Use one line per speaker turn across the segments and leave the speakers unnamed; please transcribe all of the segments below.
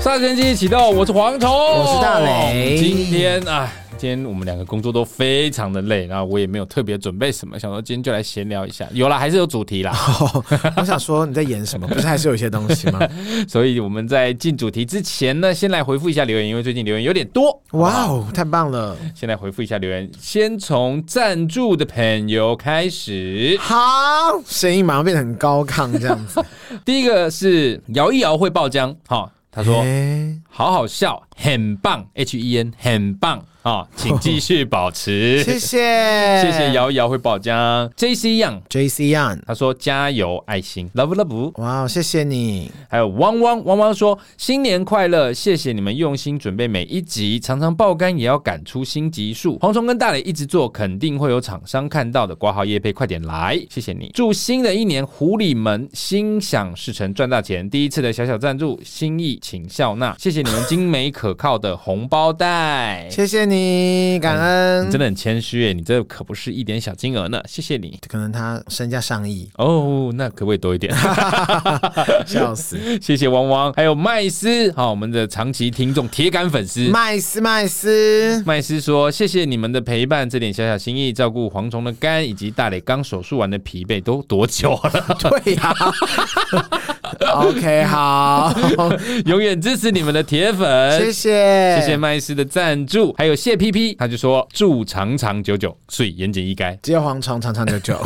霎时间机器启动，我是蝗虫，我
是大磊
今天啊，今天我们两个工作都非常的累，然后我也没有特别准备什么，想说今天就来闲聊一下。有啦，还是有主题啦，
我想说你在演什么？不是还是有一些 东西吗？
所以我们在进主题之前呢，先来回复一下留言，因为最近留言有点多。
哇哦，太棒了！
先来回复一下留言，先从赞助的朋友开始。
好，声音马上变得很高亢这样子。
第一个是摇一摇会爆浆，哈、 他 说
诶
好好笑，很棒，H E N 很棒啊、请继续保持，
谢谢，
谢谢摇一摇会爆浆，J C Young。
J C Yan。
他说：“加油，爱心，love love。
哇哦，谢谢你，”
还有汪汪汪汪说：“新年快乐，谢谢你们用心准备每一集，常常爆肝也要赶出新集数。蝗虫跟大磊一直做，肯定会有厂商看到的。挂号叶配，快点来，谢谢你！祝新的一年狐狸们心想事成，赚大钱！第一次的小小赞助，心意请笑纳，谢谢你们精美可靠的红包袋。”
谢谢你，感
哎你
恩。
真的很谦虚耶，你这可不是一点小金额呢，谢谢你
可能他身价 上亿，
哦。那可不可以多一点？
笑死！
谢谢汪汪，还有麦斯，好，我们的长期听众、铁杆粉丝。
麦斯，麦 斯，
麦斯说：“谢谢你们的陪伴，这点小小心意，照顾蝗虫的肝，以及大磊刚手术完的疲惫，都多久了？
对呀。OK，好，
永远支持你们的铁粉，
谢谢，
哎谢谢。麦斯的赞助，还有谢 P P，他就说祝长长久久，岁言简意赅。
只有蝗虫长长久 久，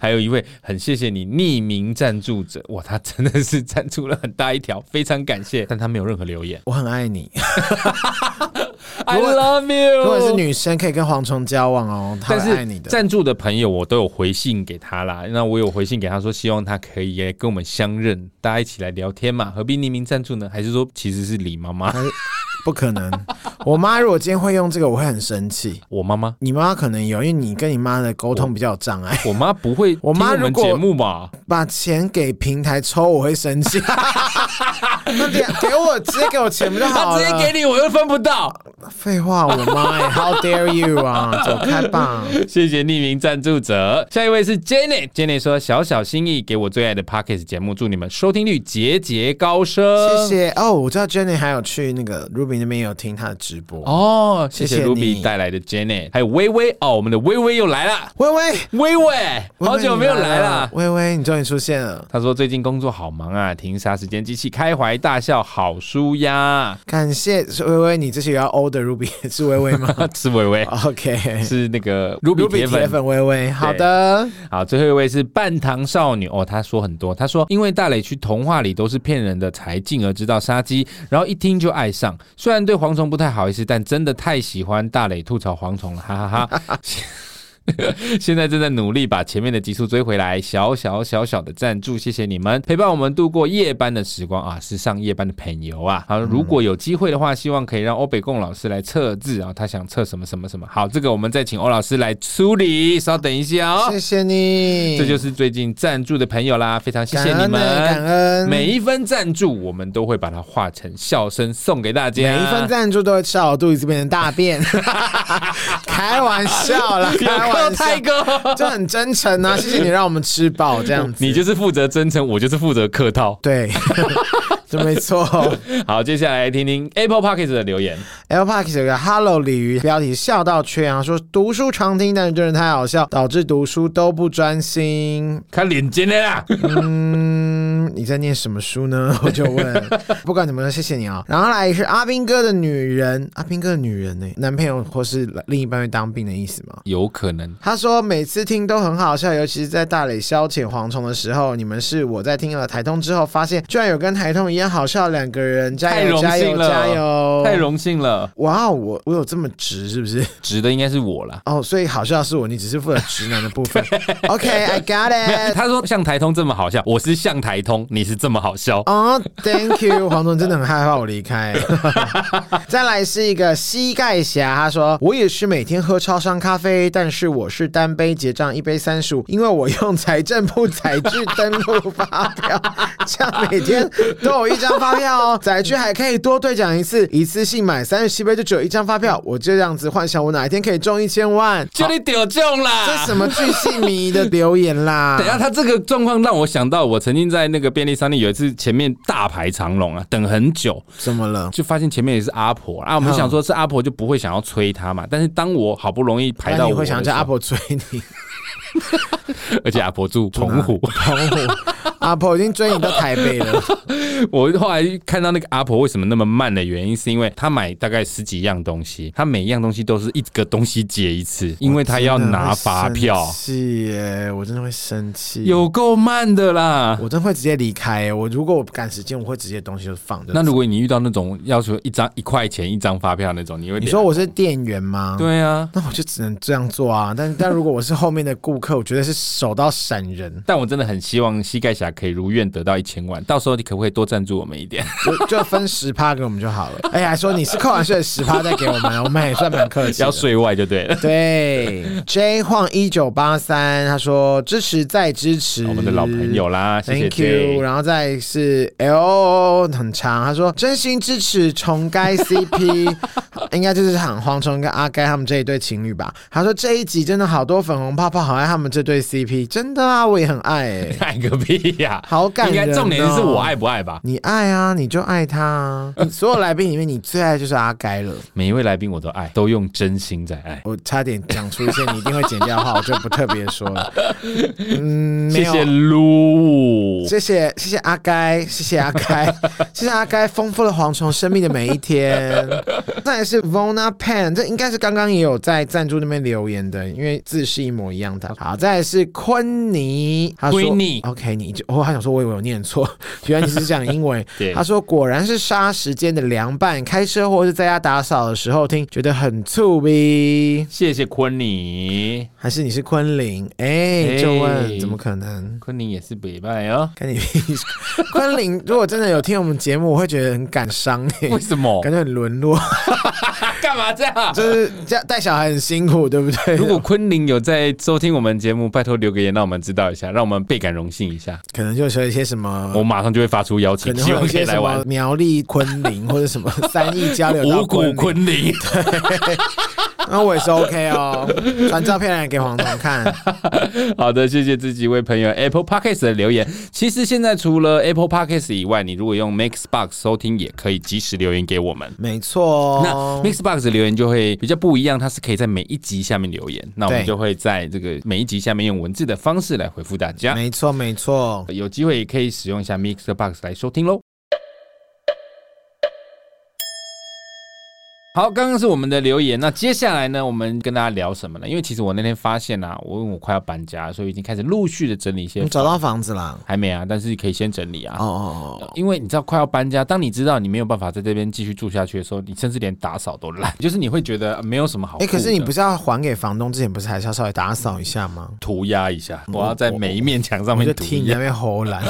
还有一位很谢谢你匿名赞助者，哇，他真的是赞助了很大一条，非常感谢，但他没有任何留言。
我很爱你。
哦 I love you。
如果是女生，可以跟蝗虫交往哦，他
但
会爱你
是
的。
赞助的朋友，我都有回信给他啦。那我有回信给他说，希望他可以也跟我们相认，大家一起来聊天嘛。何必匿名赞助呢？还是说其实是李妈妈？
不可能，我妈如果今天会用这个，我会很生气。
我妈妈，
你妈可能有，因为你跟你妈的沟通比较有障碍。
我妈不会
我妈
听
如
们
果
节目吧？
把钱给平台抽，我会生气。 那给给我直接给我钱不就好
她
了？
直接给你，我又分不到。
废话，我妈耶，How dare you 啊！走开吧。
谢谢匿名赞助者。下一位是 Jenny，Jenny 说：“小小心意给我最爱的 Pockets 节目，祝你们收听率节节高升。”
谢。谢
呃
哦，我知道 Jenny 还有去那个 Ruby 那边有听她的直播。
哦，谢谢
谢谢
Ruby
你
带来的 Jenny，还有微微哦，我们的微微又来了。
微微，
微微，
微微
好久没有
你
来了。
微微，你终于出现了，
他说最近工作好忙啊，停啥时间机器开怀大笑，好舒压。
感谢是微微，你这些也要 o 的 Ruby 是微 微吗
是微
哦
微，
？OK，
是那个 Ruby 铁
铁
粉。
粉微微，好的，
好，最后一位是半糖少女哦，她说很多，她说因为大磊去童话里都是骗人的，才进而知道杀鸡，然后一听就爱上。虽然对蝗虫不太好意思，但真的太喜欢大磊吐槽蝗虫了，哈哈哈。 现在正在努力把前面的集数追回来，小小小小的赞助，谢谢你们陪伴我们度过夜班的时光啊！是上夜班的朋友啊，好，如果有机会的话，希望可以让欧北贡老师来测字啊，他想测什么什么什么。好，这个我们再请欧老师来处理，稍等一下哦。
谢谢你，
这就是最近赞助的朋友啦，非常谢谢你
感恩欸感
们。
恩，
每一分赞助，我们都会把它化成笑声送给大家。
每一份赞助都会吃到我肚子变成 大便，开玩笑啦，
有
开
够
玩
泰
笑，
哥，
就很真诚啊！谢谢你让我们吃饱这样子，
你就是负责真诚，我就是负责客套。
对，就没错。
好，接下来听听 Apple Podcast 的留言。
L Park 有个 Hello 鲤鱼，标题笑到缺氧，说读书常听，但是真的太好笑，导致读书都不专心。
看脸尖的啦，
嗯，你在念什么书呢？ 我就问。不管怎么说，谢谢你啊、然后来是阿兵哥的女人，阿兵哥的女人呢、男朋友或是另一半会当兵的意思吗？
有可能
他说每次听都很好笑，尤其是在大磊消遣蝗虫的时候，你们是我在听了台通之后，发现居然有跟台通一样好笑的两个人，加
太
油
荣
加
幸
油
了，
加油！
太荣幸了，
哇哦，我我有这么直是不是？
值的应该是我啦。
哦，所以好笑的是我，你只是负责直男的部 分。OK，I、got
没有，
it。
他说像台通这么好笑，我是像台通，你是这么好笑。
哦、t h a n k you，黄 总真的很害怕我离开。 再来是一个膝盖侠，他说我也是每天喝超商咖啡，但是我是单杯结账，一杯三十五，因为我用财政部载具登录发票，这样每天都有我一张发票哦，载具还可以多兑奖一次，一次性买三十七杯就只有一张发票。我这样子幻想，我哪一天可以中一千万？
就你屌中啦！
哦这什么巨细迷的留言啦？
等一下，他这个状况让我想到，我曾经在那个便利商店有一次，前面大排长龙啊，等很久，
怎么了？
就发现前面也是阿婆啊。我们想说是阿婆就不会想要催他嘛，但是当我好不容易排
那
到我
你
的时候，
会想叫阿婆追你？
而且阿婆住澎湖，
澎湖，哦阿婆已经追你到台北了。
我后来看到那个阿婆为什么那么慢的原因，是因为她买大概十几样东西，她每一样东西都是一个东西结一次，因为她要拿发票，
气耶！我真的会生气。
有够慢的啦。
我真会直接离开耶。我如果我不赶时间，我会直接东西就放着。
那如果你遇到那种要求一张一块钱一张发票那种，你会
你说我是店员吗？。
对啊？
那我就只能这样做啊，但 但如果我是后面的顾客，我觉得是手到闪人，
但我真的很希望膝盖侠可以如愿得到一千万，到时候你可不可以多赞助我们一 点？
就就分十趴给我们就好了。 哎呀，还说你是扣完税十趴再给我们，我们也算蛮客气的
要。税外就对 了。
对，J 晃一九八三，他说支持再支持，
我们的老朋友啦，谢谢
嗯 Thank you，
J。
然后再是 L O O 很长，他说真心支持 重该 CP，应该就是喊黄虫跟阿该他们这一对情侣吧。他说这一集真的好多粉红泡泡，好爱他们这对 CP，真的啊，我也很爱、 欸，
爱个屁呀、
好感
应
人、哦
该重点是我爱。不爱吧？
你爱啊，你就爱 他、啊。你所有来宾里面，你最爱就是阿该了。
每一位来宾我都爱，都用真心在爱。
我差点讲出一些你一定会剪掉的话，我就不特别说了。嗯，没
谢
有
谢撸，
谢谢谢谢阿该，谢谢阿 该，谢谢阿该，丰富了蝗虫生命的每一天。再来是 Vona Pan，这应该是刚刚也有在赞助那边留言的，因为字是一模一样的。好，再来是昆尼，他说
昆尼
OK，你就我还想说，我以为我念错， 原来你是讲英文
对。
他说果然是杀时间的凉拌，开车或是在家打扫的时候听，觉得很醋逼。
谢谢昆尼，
还是你是昆凌？哎、就
哎
问怎么可能？
昆尼也是北拜 哦。
看你屁事！昆凌如果真的有听我们节目，我会觉得很感伤哎、
为什么？
感觉很沦落，
干嘛这样？
就是这样带小孩很辛苦，对不对？
如果昆凌有在收听我们节目，拜托留个言，让我们知道一下，让我们倍感荣幸一下。
可能就是有一些什
我
么，
马上就会发出邀
可
请，
能会
希
有
望
一
可以
些
来
什
玩
么。苗栗昆凌或 者什么三义交流道
五谷
昆凌，
昆凌，
那我也是 OK 哦，传照片来给黄总 看。
好的，谢谢这几位朋友 Apple Podcast 的留言。其实现在除了 Apple Podcast 以外，你如果用 Mixbox 收听，也可以及时留言给我们。
没错哦
那，Mixbox 的留言就会比较不一样，它是可以在每一集下面留言，那我们
对
就会在这个每一集下面用文字的方式来回复大家。
没错没错。
有机会也可以使用一下 Mixbox 来收听喽。好，刚刚是我们的留言，那接下来呢，我们跟大家聊什么呢？因为其实我那天发现啊，我因为我快要搬家，所以已经开始陆续的整理一些
你找到房子啦？
还没啊，但是可以先整理啊。
哦哦哦，
因为你知道快要搬家，当你知道你没有办法在这边继续住下去的时候，你甚至连打扫都懒， 就是你会觉得呃没有什么好。
哎、可是你不
是
是要还给房东之前，不是还是要稍微打扫一下吗？
涂鸦一下，我要在每一面墙上
嗯我
面
就
涂
听你在
鸦
那。边 吼懒。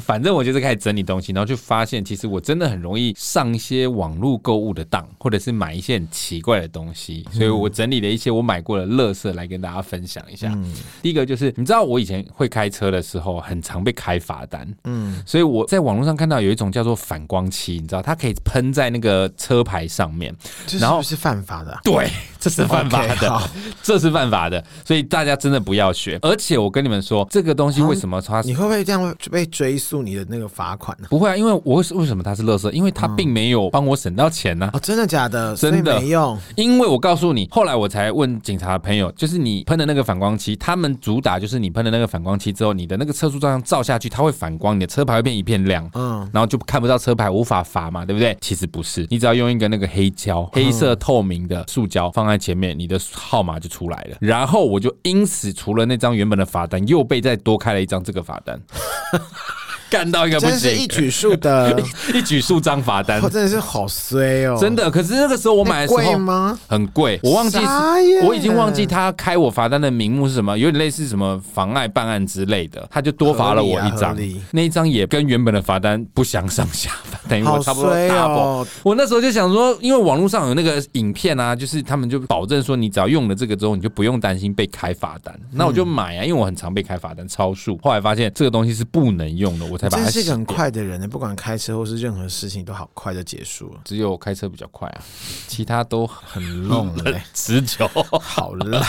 反正我就是开始整理东西，然后就发现其实我真的很容易上一些网络购物的当，或者是买一些很奇怪的东西，
嗯
所以我整理了一些我买过的乐色来跟大家分享一下。
嗯
第一个就是你知道我以前会开车的时候，很常被开罚单，
嗯，
所以我在网络上看到有一种叫做反光漆，你知道它可以喷在那个车牌上面，
这是
然后
不是犯法的啊、
对，这是犯法
OK，
的
好
这是犯法的，所以大家真的不要学。而且我跟你们说，这个东西
啊
为什么它
你会不会这样会被追溯你的那个罚款呢、
不会啊？因为我是为什么它是垃圾？因为它并没有帮我省到钱呢、
哦，真的假的？所以
真的
没用。
因为我告诉你，后来我才问警察朋友，就是你喷的那个反光漆，他们主打就是你喷的那个反光漆之后，你的那个车速照相照下去，它会反光，你的车牌会变一片亮。
嗯，
然后就看不到车牌，无法罚嘛，对不对？其实不是，你只要用一个那个黑胶、黑色透明的塑胶放在前面，你的号码就出来了。然后我就因此除了那张原本的罚单，又被再多开了一张这个罚单，干到一个不
真是一
行，
举数 得，
一举数张罚 单
我、，真的是好衰哦，
真的。可是那个时候我买的时
哎贵
候
吗？
很贵，我忘记是
傻眼
我已经忘记他开我罚单的名目是什么，有点类似什么妨碍办案之类的，他就多罚了我一张，
合理啊合理
那一张也跟原本的罚单不相上下，等于我
好
差不多
衰
double。
哦，
我那时候就想说，因为网络上有那个影片啊，就是他们就保证说，你只要用了这个之后，你就不用担心被开罚单。那我就买啊，因为我很常被开罚单超速。后来发现这个东西是不能用的，我我才把
真
它
是一
洗
个很
掉。
快的人呢，不管开车或是任何事情都好快就结束 了，
只有开车比较快 啊，其他都很
弄了嘞
持久。
好烂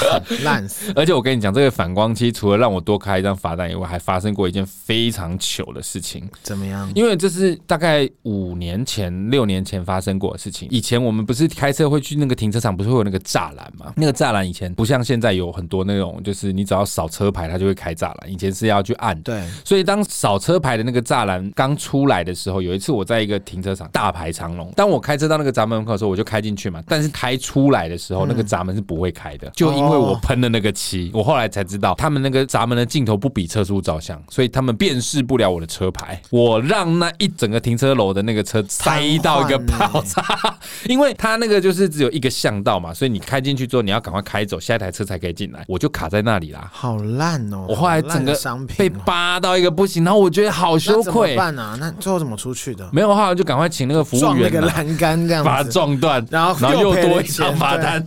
烂死！
而且我跟你讲，这个反光漆除了让我多开一张罚单以外，还发生过一件非常糗的事情。
怎么样？
因为这是大概五年前、六年前发生过的事情。以前我们不是开车会去那个停车场，不是会有那个栅栏吗？那个栅栏以前不像现在有很多那种，就是你只要扫车牌，它就会开栅栏。以前是要去按的。
对，
所以当扫车牌的那个栅栏刚出来的时候，有一次我在一个停车场大排长龙，当我开车到那个闸门门口的时候，我就开进去嘛。但是开出来的时候，那个闸门是不会开的，就因为我喷了那个漆。我后来才知道，他们那个闸门的镜头不比车速照相，所以他们辨识不了我的车牌。我让那一整个停车楼的那个车塞到一个爆炸， 因为他那个就是只有一个巷道嘛，所以你开进去之后，你要赶快开走，下一台车才可以进来。我就卡在那里啦。
好烂哦！
我后来
好烂
整
的
个
商品
被
哦
扒到一个不行，然后我觉得好羞
那怎么
愧，
办啊？那最后怎么出去 的？
没有的话我就赶快请那个服务
撞那
员
个
啊、
栏杆这 样
把它
子，
撞断，
然后
然后又
赔
多
了
一张
钱
罚单。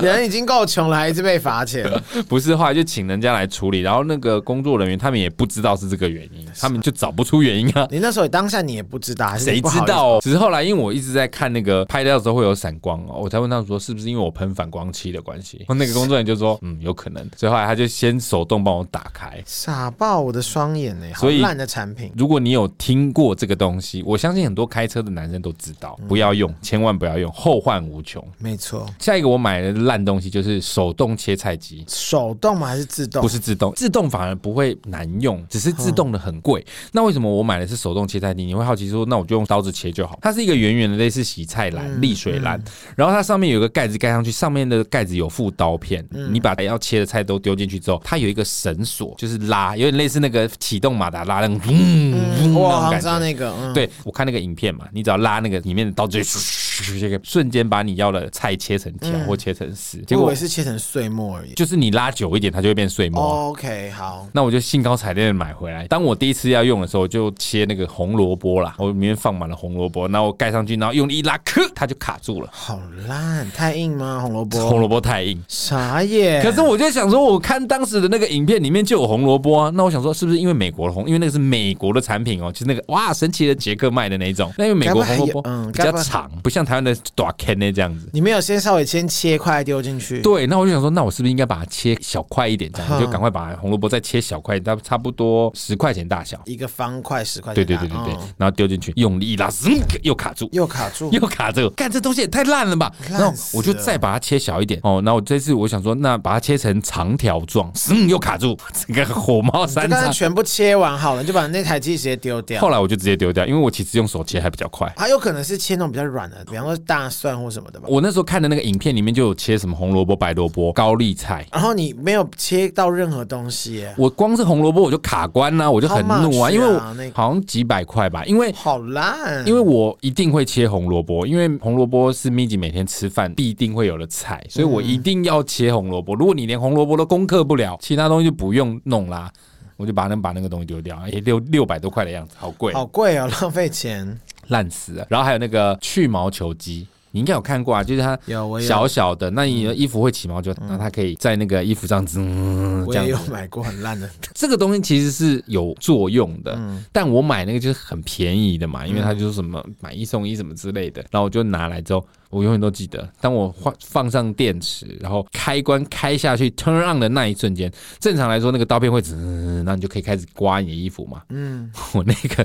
对 人已经够穷了，还一直被罚钱，
不是，后来就请人家来处理，然后那个工作人员他们也不知道是这个原因，他们就找不出原因啊。
你那时候当下你也不知道，还是
谁
你不
知
好意思
道哦？只是后来，因为我一直在看那个拍照的时候会有闪光哦，我才问他们说是不是因为我喷反光漆的关系。那个工作人员就说，嗯，有可能。所以后来他就先手动帮我打开，
傻爆我的双眼呢、好
所以
烂的产品，
如果你有听过这个东西，我相信很多开车的男生都知道，不要用，千万不要用，后患无穷。
没错，
下一个我买的烂东西就是手动切菜机。
手动吗？还是自动？
不是自动，自动反而不会难用，只是自动的很贵。那为什么我买的是手动切菜机？你会好奇说，那我就用刀子切就好。它是一个圆圆的类似洗菜篮、沥水篮，然后它上面有一个盖子盖上去，上面的盖子有附刀片，你把要切的菜都丢进去之后，它有一个绳索，就是拉，有点类似那个启动马达拉那种，嗯，
嗯，我
那种
好像
感
知
觉
道那个，嗯，
对我看那个影片嘛，你只要拉那个里面的刀，直接咻咻咻咻咻瞬间把你要的菜切成条或切成丝，结
我以
果
为是切成碎 末而已。
就是你拉久一点，它就会变碎
哦
末。
OK，好，
那我就兴高采烈的买回来。当我第一次要用的时候，我就切那个红萝卜啦，我里面放满了红萝卜，然后我盖上去，然后用力一拉，咳，它就卡住了。
好烂，太硬吗？红 萝
红
卜，
萝卜太硬，
傻眼。
可是我就想说，我看当时的那个影片里面就有红萝卜啊，那我想说是不是因为美国的红，因为那个是美国的产品哦，就是那个哇神奇的捷克卖的那一种，那因为美国红萝卜
该不会还有嗯
比较
该不会
长，不像台湾的短 can 呢这样子。
你没有先稍微先切块丢进去，
对，那我就想说，那我是不是应该把它切小块一点，这样
哼
我就赶快把红萝卜再切小块，差差不多十块钱大小。
一个方块十块
对
给
对
它，
对对对
嗯，
然后丢进去，用力一拉，嗯又卡住。
又卡住，
又卡住，干这东西也太烂了吧！然后
烂死
我就
了
再把它切小一点哦。然后我这次我想说，那把它切成长条状，嗯，又卡住，整个火冒
就
三
刚才
丈。
全部切完好了，你就把那台机直接丢掉
后。来我就直接丢掉，因为我其实用手切还比较快。
它有可能是切那种比较软的，比方说大蒜或什么的吧。
我那时候看的那个影片里面就有切什么红萝卜、白萝卜、高丽菜。
然后你没有切到任何东西耶，
我光是红萝卜我就卡关啦、我就很
How much
怒啊，因为我
啊那个
好像几百块吧，因为
好烂。
因为我一定会切红萝卜，因为红萝卜是咪吉每天吃饭必定会有的菜，所以我一定要切红萝卜。如果你连红萝卜都攻克不了，其他东西就不用弄啦。我就把那把那个东西丢掉，也六六百多块的样子，好贵，
好贵哦，浪费钱。
烂死了。然后还有那个去毛球机。你应该有看过啊，就是它
有我有嗯
小小的，那你的衣服会起毛球，那它可以在那个衣服上，嗯，
我
这样
也
子
有买过很烂的，
这个东西其实是有作用的，
嗯
但我买那个就是很便宜的嘛，因为它就是什么买一送一什么之类的，然后我就拿来之后，我永远都记得，当我换放上电池，然后开关开下去 turn on 的那一瞬间，正常来说那个刀片会滋，然后你就可以开始刮你的衣服嘛。嗯， 我那个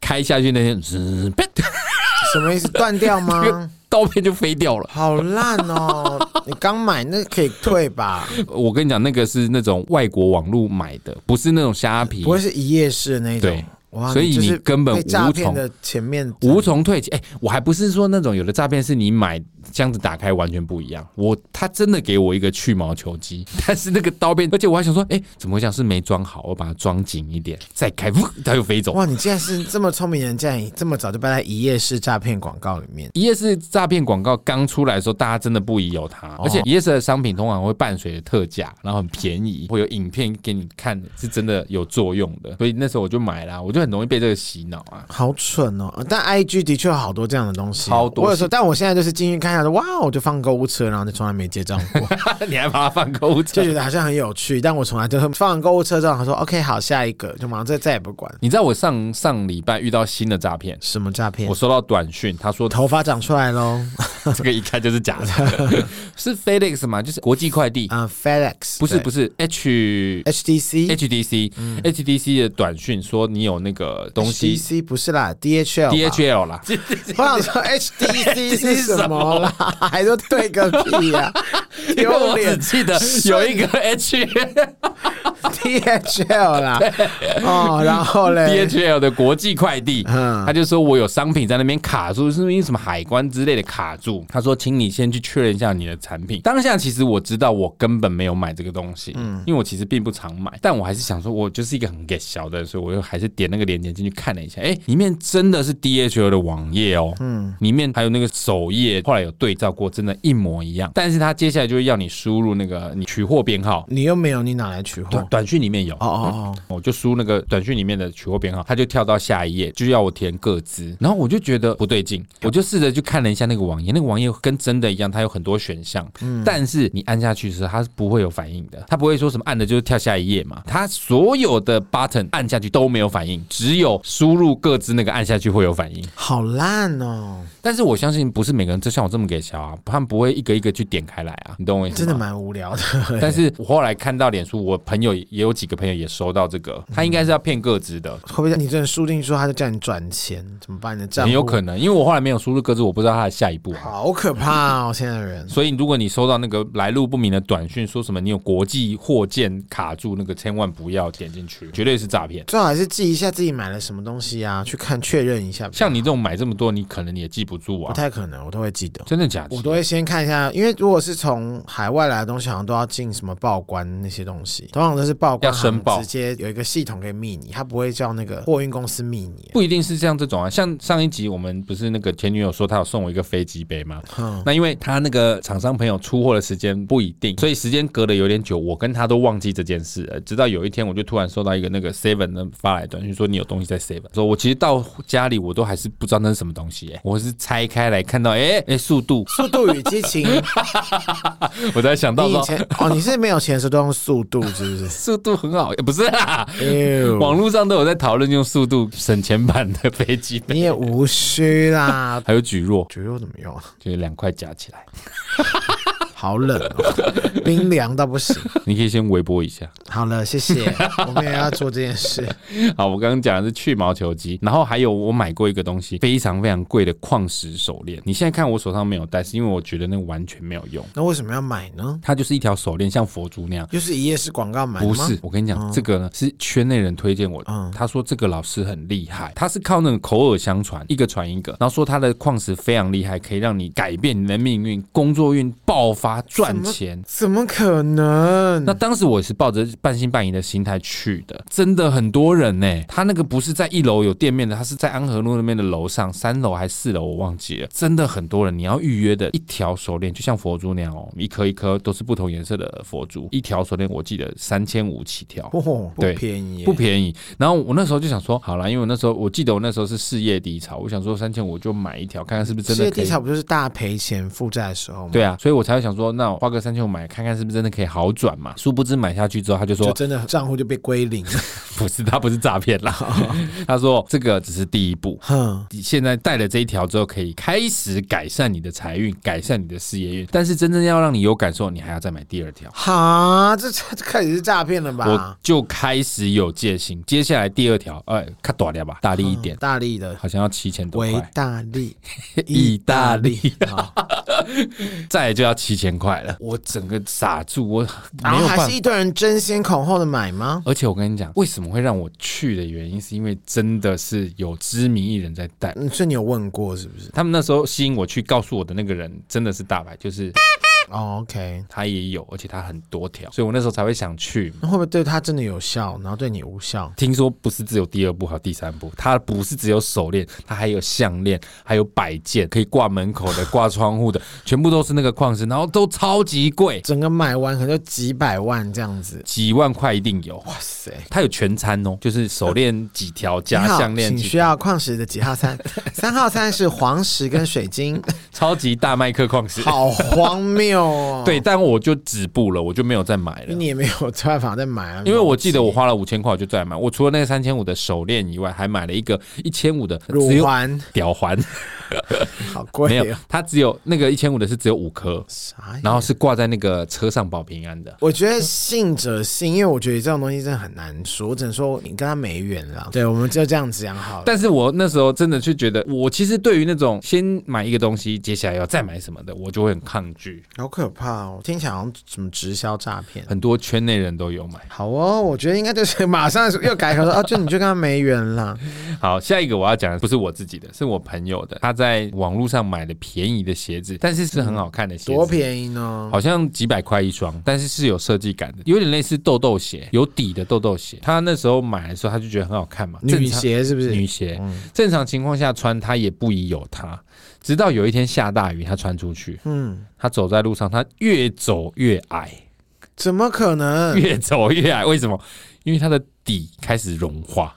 开下去那天，滋，啪
什么意思？断掉 吗？
刀片就飞掉了。
好烂哦！你刚买那可以 退吧？
我跟你讲，那个是那种外国网络买的，不是那种虾皮
不。会是一夜式的那一种
对？
哇，
所以
就是
你根本
被诈
无
骗
从
的前面
无从退起。哎、我还不是说那种有的诈骗是你买箱子打开完全不一样，我他真的给我一个去毛球机， 但是那个刀片，而且我还想说，哎、怎么会这样？是没装好，我把它装紧一点，再开， 呜它又飞走。
哇！你竟然是这么聪明的人，竟然这么早就败在一夜式诈骗广告里面。
一夜式 E 诈骗广告刚出来的时候，大家真的不疑有他，而且一夜式的商品通常会伴随着特价，然后很便宜，会有影片给你看，是真的有作用的。所以那时候我就买啦，我就很容易被这个洗脑啊。
好蠢哦！但 I G 的确有好多这样的东西，
超多
我有时候，但我现在就是进去看想说哇哦，我就放购物车，然后就从来没结账过，
你还把它放购物车
就？觉得好像很有趣，但我从来就放完购物车之后，他说 OK 好，下一个就马上再再也不管
你知道我上上礼拜遇到新的诈骗，
什么诈骗
我，收到短讯，他 说
头发长出来喽，
这个一看就是 假的，是 FedEx 吗？就是国际快递？
啊 FedEx
不是
对嗯
不是 H
HDC
HDC HDC 的短讯说你有那个东西
HDC 不是啦 DHL 吧
DHL 啦，
我想 说 HDC 是什么啦？还说对个屁呀、
因为
丢
我只
脸
记得有一个 H
DHL 啦！哦，然后嘞，
DHL 的国际快递，
嗯
他就说我有商品在那边卡住，是因为什么海关之类的卡住。他说，请你先去确认一下你的产品。当下其实我知道我根本没有买这个东西，因为我其实并不常买，但我还是想说，我就是一个很给小的人，所以我又还是点那个链接进去看了一下，哎、里面真的是 DHL 的网页哦，嗯，里面还有那个首页，后来有对照过，真的，一模一样。但是他接下来就会要你输入那个你取货编号。
你又没有，你哪来取
短
货？
短讯里面有
哦哦
我就输那个短讯里面的取货编号，他就跳到下一页，就要我填个资，然后我就觉得不对劲，我就试着去看了一下那个网页，那个网页跟真的一样，它有很多选项，
嗯
但是你按下去的时候，它是不会有反应的，它不会说什么按的就是跳下一页嘛，它所有的 button 按下去都没有反应，只有输入个资那个按下去会有反应。
哦，好烂哦，
但是我相信不是每个人就像我这么给小啊，他们不会一个一个去点开来啊，你懂我意思吗？
真的蛮无聊的。
但是我后来看到脸书，我朋友也也有几个朋友也收到这个，他应该是要骗个资的，
会不会你真的输进去之后，他就叫你转钱？怎么办？你的账户
很有可能，因为我后来没有输入个资，我不知道他的下一步啊。
好可怕哦！现在的人
所以，如果你收到那个来路不明的短讯，说什么你有国际货件卡住，那个千万不要点进去，绝对是诈骗。
最好还是记一下自己买了什么东西啊，去看确认一下。
像你这种买这么多，你可能你也记不住
不
啊，
太可能，我都会记得。
真的假的？
我都会先看一下，因为如果是从海外来的东西，好像都要进什么报关那些东西，通常都是报关
要申报
行直接有一个系统可以密你，他不会叫那个货运公司密 你。
不一定是像这种啊，像上一集我们不是那个前女友说她有送我一个飞机杯吗？
嗯
那因为她那个厂商朋友出货的时间不一定，所以时间隔得有点久，我跟她都忘记这件事了。直到有一天，我就突然收到一个那个 Seven 的发来短信说你有东西在 Seven，说我其实到家里我都还是不知道那是什么东西、欸，我是拆开来看到，哎、哎、速度，
速度与激 情，
我才想到
你以
说
前哦，你是没有钱的时候都用速度，是 不是？
速度很好，欸不是啦，
哎呦，
网络上都有在讨论用速度省钱版的飞机杯，
你也无需啦。
还有举弱，
觉得我怎么用啊？
就是两块夹起来，
好冷 哦，冰凉到不行。
你可以先微波一下。
好了，谢谢，我们也要做这件事。
好，我刚刚讲的是去毛球机，然后还有我买过一个东西，非常非常贵的矿石手链。你现在看我手上没有戴，是因为我觉得那个完全没有用，
那为什么要买呢？
它就是一条手链，像佛珠那样。
又是一页式广告买的
不
哎吗？哦
是，我跟你讲，这个呢是圈内人推荐我的
嗯。
他说这个老师很厉害，他是靠那种口耳相传，一个传一个，然后说他的矿石非常厉害，可以让你改变你的命运、工作运、爆发、赚钱。
怎么可能？
那当时我是抱着半信半疑的心态去的，真的很多人呢、他那个不是在一楼有店面的，他是在安和路那边的楼上，三楼还是四楼我忘记了，真的很多人。你要预约的一条手链，就像佛珠那样哦，一颗一颗都是不同颜色的佛珠，一条手链我记得三千五起跳。
哦，不
对
便宜耶，
不便宜。然后我那时候就想说，好啦，因为我那时候我记得我那时候是事业低潮，我想说三千五就买一条，看看是不是
世
真
界
的可
低
以
潮不就是大赔钱负债的时候吗？，
对啊，所以我才会想说，那我花个三千五买，看看是不是真的可以好转嘛。殊不知买下去之后，他就
就
说
真的账户就被归 零。
不是，他不是诈骗 啦。他说这个只是第一步，
哼，
你现在带了这一条之后，可以开始改善你的财运，改善你的事业运。但是真正要让你有感受，你还要再买第二条。
哈，这这这开始是诈骗了
我
吧？
就开始有戒心，接下来第二条，哎，看短点吧，大力一点，
大力的
好像要七千多
维
块，，
大力
意大利
好，
再来就要七千块了。我整个傻住，我
然
没
后
有
还
办
是
法。
一堆人争先恐后的买吗？
而且我跟你讲，为什么会让我去的原因，是因为真的是有知名艺人在带。
嗯，所以你有问过是不是？
他们那时候吸引我去，告诉我的那个人真的是大牌，就是
哦，OK，
它也有，而且它很多条，所以我那时候才会想去。
那会不会对他真的有效，然后对你无效？
听说不是只有第二部，还有第三部，它不是只有手链，它还有项链，还有摆件，可以挂门口的、挂窗户的， 全部都是那个矿石，然后都超级贵，
整个买完可能就几百万这样子。
几万块一定有。
哇塞！
它有全餐哦，就是手链几条
你
加
好
项链
请
几
需要矿石的几号 餐？三号餐是黄石跟水晶，
超级大麦克矿石。
好荒谬哦。
对，，但我就止步了，我就没有再买了。
你也没有办法再买啊，
因为我记得我花了五千块，我就再买。我除了那三千五的手链以外，还买了一个一千五的
乳
只有
环
屌环，
好
没
贵
有
哦，，
它只有那个一千五的是只有五颗，
啥呀？
然后是挂在那个车上保平安的。
我觉得信者信，因为我觉得这种东西真的很难说，我只能说你跟他没缘了。对，我们就这样子讲好了。
但是我那时候真的就觉得，我其实对于那种先买一个东西，接下来要再买什么的，我就会很抗拒。
好可怕哦，听起来好像什么直销诈骗。
很多圈内人都有买。
好哦，我觉得应该就是马上又改口说啊，就你就跟他没缘 了。
好，下一个我要讲的不是我自己的，是我朋友的。他在网络上买的便宜的鞋子，但是是很好看的鞋子，
嗯多便宜呢？
好像几百块一双，但是是有设计感的，有点类似豆豆鞋，有底的豆豆鞋。他那时候买的时候，他就觉得很好看嘛，
女
正常
鞋是不是？嗯
女鞋，正常情况下穿它也不宜有它。直到有一天下大雨，他穿出去，
嗯，
他走在路上，他越走越矮，
怎么可能？
越走越矮。为什么？因为它的底开始融化。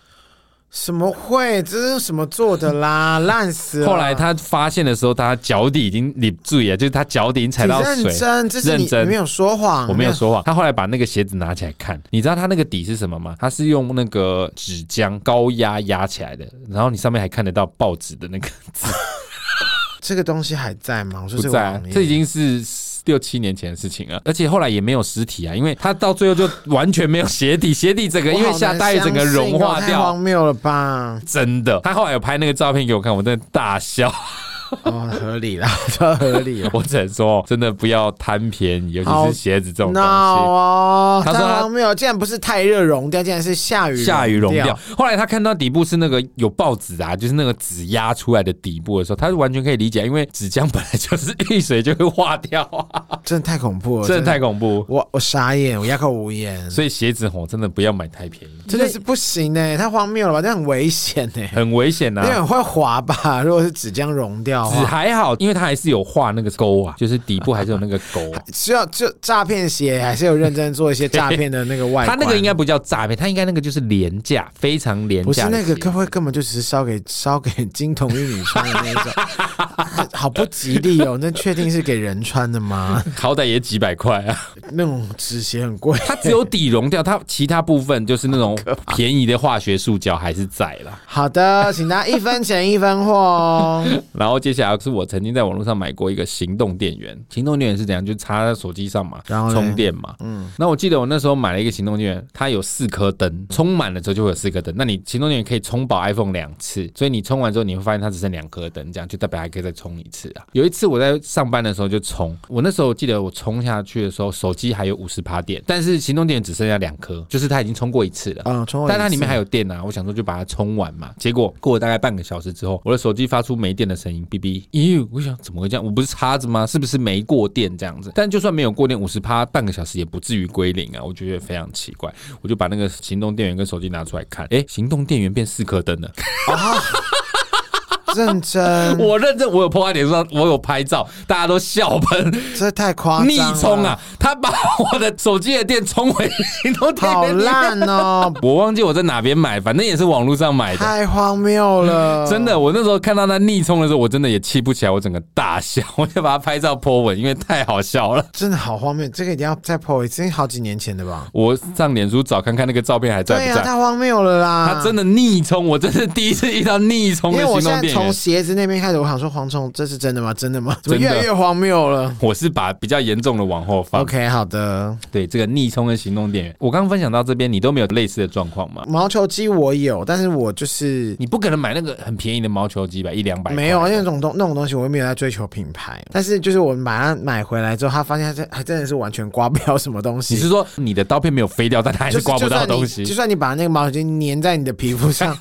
什么会？这是什么做的 啦？烂死了！
后来他发现的时候，他脚底已经你注意啊，就是他脚底已经踩
你
到
认
水。
真，这是你
认真
你没有说谎，
我没有说谎。他后来把那个鞋子拿起来看，你知道他那个底是什么吗？他是用那个纸浆高压压起来的，然后你上面还看得到报纸的那个
这个东西还在吗？我说
不
这个
在啊
网，页
这已经是六七年前的事情了。而且后来也没有实体啊，因为他到最后就完全没有鞋底，鞋底整个因为下大雨整个融
我好
化
难相信哦太荒
掉。
谬了 吧？
真的，他后来有拍那个照片给我看，我真的大笑。
哦，合理啦， 这合理哦啦。
我只能说，哦真的不要贪便宜，尤其
好
是鞋子这种东
闹
西。
哦，
他
太
说他
荒谬！竟然不是太热融掉，竟然是下雨
下雨融掉
掉。。
后来他看到底部是那个有报纸啊，就是那个纸压出来的底部的时候，他是完全可以理解，因为纸浆本来就是 遇水就会化掉啊，
真的太恐怖了，
真的太恐怖。
我我傻眼，我哑口无言，
所以鞋子吼真的不要买太便宜，
真的是不行呢，太荒谬了吧？这很危险欸呢，
很危险
因为
啊。
很会滑吧？ 如果是纸浆融掉的
纸
话，
还好，因为它还是有画那个勾啊，就是底部还是有那个啊勾、
需要就诈骗鞋还是有认真做一些诈骗的那个外
它
观，
那个应该不叫诈骗，它应该那个就是廉价，非常廉
不是
价的
那
鞋。
个，会不会根本就只是烧给烧给金童玉女穿的那一种？ 好不吉利哦！那确定是给人穿的吗？
好歹也几百块啊。
那种纸鞋很贵。
它只有底融掉，它其他部分就是那种便宜的化学塑胶还是在啦。
好的，请大家一分钱一分货哦。
然后接下来是我曾经在网络上买过一个行动电源，行动电源是怎样？就插在手机上嘛，
然后嘞
充电嘛。嗯，那我记得我那时候买了一个行动电源，它有四颗灯，充满了之后就会有四颗灯。那你行动电源可以充饱 iPhone 两次，所以你充完之后你会发现它只剩两颗灯，这样就代表还可以再充一次啊。有一次我在上班的时候就充，我那时候我记得我充下去的时候，手机还有五十趴电，但是行动电源只剩下两颗，就是它已经充过一次了。
嗯，充
但它里面还
有
有电啊，我想说就把它充完嘛。结果过了大概半个小时之后，我的手机发出没电的声音，哔哔。咦，我想怎么会这样？我不是插着吗？是不是没过电这样子？但就算没有过电，五十趴半个小时也不至于归零啊，我就觉得非常奇怪。我就把那个行动电源跟手机拿出来看，诶，行动电源变四颗灯 了。
认真，
我认真，我有 po 在脸书上，我有拍照，大家都笑喷。
这太夸张，
逆充！啊！他把我的手机的电充回行动电
好
源里面，
烂 哦，
我忘记我在哪边买，反正也是网络上买的。
太荒谬了，
真的，我那时候看到他逆冲的时候，我真的也气不起来，我整个大笑， 我就把它拍照 po 文，因为太好笑了。
真的好荒谬，这个一定要再破一次，因为好几年前的吧？
我上脸书找看看那个照片还在
对啊嗯
不
呀、
在。
太荒谬了啦！
他真的逆冲，我真是第一次遇到逆冲
因
的
为
行
我现
动
在
电
从
源。
鞋子那边开始，我想说蝗虫，这是真的吗？真的吗？怎么
真
越
的
来越荒谬了
我是把比较严重的往后放。
？OK，好的。
对这个逆冲的行动电源，我刚刚分享到这边，你都没有类似的状况吗？
毛球机我有，但是我就是
你不可能买那个很便宜的毛球机吧，一两百块
没有，啊因为那种东那种东西我又没有在追求品牌。但是就是我把它买回来之后，他发现它真还真的是完全刮不了什么东西。
你是说你的刀片没有飞掉，但它还
就是
刮不到东
就算你
西
就？算你把那个毛球机粘在你的皮肤上，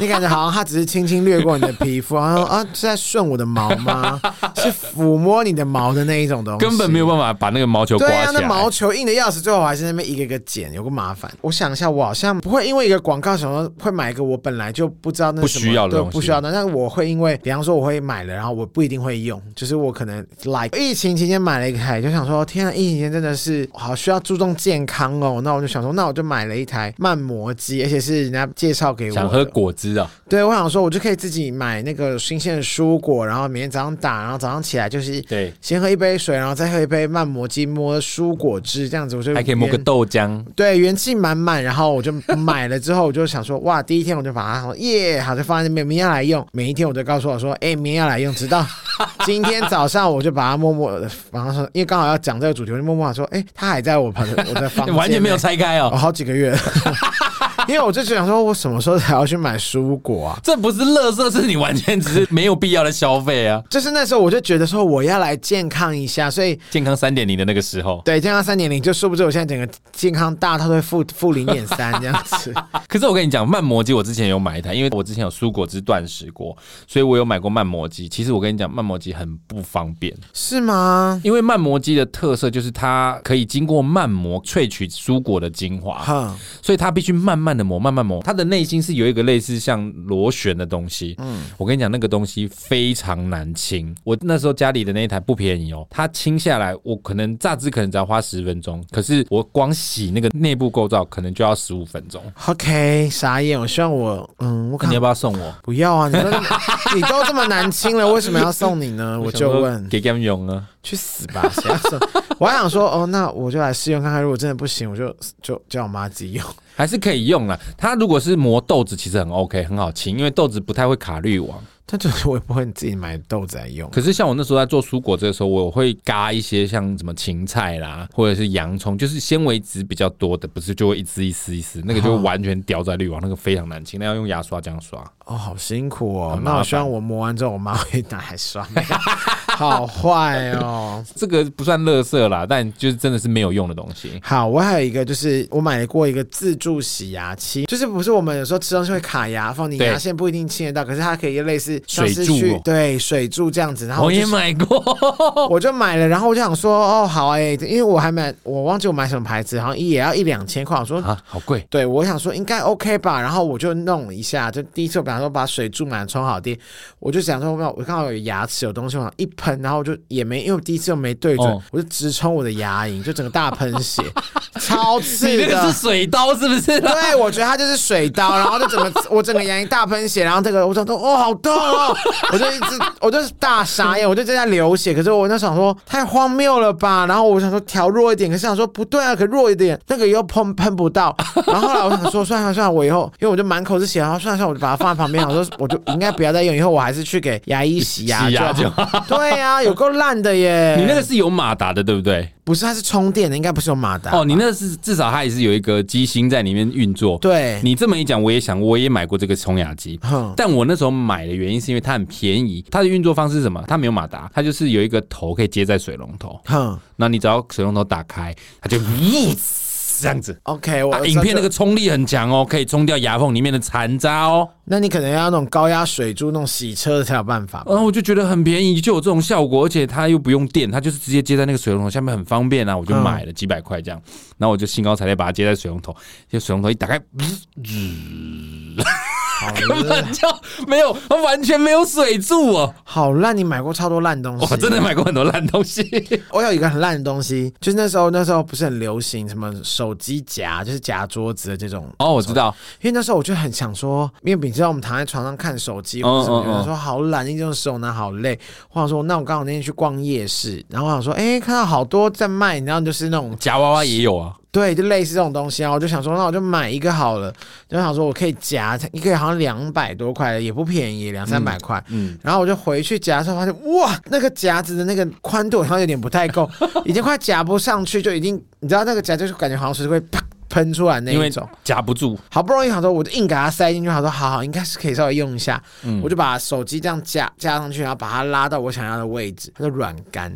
你感觉好像它只是轻轻掠过你的皮肤，然后啊是在顺我的毛 吗？是抚摸你的毛的那一种东西，
根本没有办法把那个毛球刮
对
起
啊，那
来。
毛球硬的要死，最后我还是那边一个一个剪，有个麻烦。我想一下，我好像不会因为一个广告什么会买一个我本来就不知道那是什么
不需要的
对
东西
不需要的。但是我会因为，比方说我会买了，然后我不一定会用，就是我可能 like 疫情期间买了一台，就想说天啊，疫情期间真的是好需要注重健康哦。那我就想说，那我就买了一台慢磨机，而且是人家介绍给我的。
想喝果汁啊？
对，我想说，我就可以自己买那个新鲜的蔬果，然后每天早上打，然后早上起来就是
对，
先喝一杯水，然后再喝一杯慢磨机磨蔬果汁，这样子我就
还可以摸个
元
豆浆。
对，元气满满。然后我就买了之后，我就想说，哇，第一天我就把它好耶，好就放在那边，明天要来用。每一天我都告诉我说，哎、明天要来用，直到今天早上我就把它默默的，然后说，因为刚好要讲这个主题，我就默默地说，哎、它还在我旁边，我的房 间
完全没有
欸，
拆开哦
我、，好几个月 了。因为我就想说，我什么时候才要去买蔬果啊？
这不是垃圾，是你完全只是没有必要的消费啊！
就是那时候我就觉得说，我要来健康一下，所以
健康三点零的那个时候，
对，健康三点零，就殊不知我现在整个健康大套会负负零点三这 样子。
可是我跟你讲，慢磨机我之前有买一台，因为我之前有蔬果汁断食过，所以我有买过慢磨机。其实我跟你讲，慢磨机很不方便，
是吗？
因为慢磨机的特色就是它可以经过慢磨萃取蔬果的精华，
哼，
所以它必须慢慢的磨，慢慢磨。它的内心是有一个类似像螺旋的东西。嗯，我跟你讲，那个东西非常难清。我那时候家里的那一台不便宜哦，它清下来，我可能榨汁可能只要花十分钟，可是我光洗那个内部构造可能就要十五分钟。
OK，傻眼。我希望我，嗯，我可
你要
能
不要送我？
不要啊！你都你都这么难清了，为什么要送你 呢？我就
想说
问，
给他们用啊？
去死吧！谁要送？ 我还想说，哦，那我就来试用看看，如果真的不行，我就就叫我妈自己用。
还是可以用啦。它如果是磨豆子，其实很 OK，很好清，因为豆子不太会卡滤网。
但就是我也不会自己买豆子来用。
可是像我那时候在做蔬果这个时候，我会嘎一些像什么芹菜啦，或者是洋葱，就是纤维质比较多的，不是就会一丝一丝一丝，那个就会完全掉在滤网，那个非常难清，那要用牙刷这样刷。
哦，好辛苦哦
很。麻
那
烦
我希望我磨完之后，我妈会拿来刷。 好坏哦。
这个不算垃圾啦，但就是真的是没有用的东西。
好，我还有一个就是我买过一个自助洗牙器，就是不是我们有时候吃东西会卡牙缝，你
对
牙线不一定清得到，可是它可以类似像是
水柱
去
哦
对水柱这样子，然后
我
就
也
是
买过，
我就买了，然后我就想说哦好哎、因为我还买我忘记我买什么牌子，好像也要一两千块，我说。
啊，好贵。
对，我想说应该 OK 吧，然后我就弄一下，就第一次，我比方说把水注满冲好滴，我就想说，我我刚好有牙齿有东西，我想一喷，然后我就也没，因为我第一次又没对准，
哦
我就直冲我的牙龈，就整个大喷 血，超刺
你
的。
那个是水刀是不 是？
对，我觉得它就是水刀，然后就整个我整个牙龈大喷血，然后这个我想说，哦，好痛哦，我就一直我就是大傻眼，我就正在流血，可是我那想说太荒谬了吧，然后我想说调弱一点，可是想说不对啊，可弱一点那个又喷喷不到，然后后来我想说算了算了，我以后因为我就满口是血，然后算了算了，我就把它放在旁边，我说我就应该不要再用，以后我还是去给牙医洗牙
洗牙
就好。 对呀、有够烂的耶！
你那个是有马达的，对不对？
不是它是充电的，应该不是有马达
哦，你那是至少它也是有一个机芯在里面运作。
对，
你这么一讲，我也想，我也买过这个冲牙机。
哼
但我那时候买的原因是因为它很便宜，它的运作方式是什么？它没有马达，它就是有一个头可以接在水龙头，
哼
那你只要水龙头打开，它就 呜这样子。
，OK，我、
啊，影片那个冲力很强哦，可以冲掉牙缝里面的残渣哦。
那你可能要那种高压水柱、那种洗车的才有办法吧。
然后啊我就觉得很便宜，就有这种效果，而且它又不用电，它就是直接接在那个水龙头下面，很方便啊。我就买了几百块这样，然后我就兴高采烈把它接在水龙头，就水龙头一打开，
好
根
烂
本就没有，它完全没有水柱哦。
好烂，你买过超多烂东西。
我哦真的，买过很多烂东西。
我有一个很烂的东西，就是那时候那时候不是很流行什么手机夹，就是夹桌子的这种。
哦，我知道，
因为那时候我就很想说，因为你知道我们躺在床上看手机或者什么，
嗯嗯
有人说好懒，一直用手拿好累。我想说，那我刚好那天去逛夜市，然后我想说，哎、看到好多在卖，然后就是那种
夹娃娃也有啊。
对，就类似这种东西啊，我就想说，那我就买一个好了。就想说我可以夹一个，好像两百多块，也不便宜，两三百块。
嗯，
然后我就回去夹的时候，发现哇，那个夹子的那个 宽度好像有点不太够，已经快夹不上去，就已经你知道那个夹就是感觉好像是会啪啪喷出来那
因为
一种。
夹不住，
好不容易想说，我就硬给它塞进去，想说好好应该是可以稍微用一下，
嗯
我就把手机这样架架上去，然后把它拉到我想要的位置，它就软干。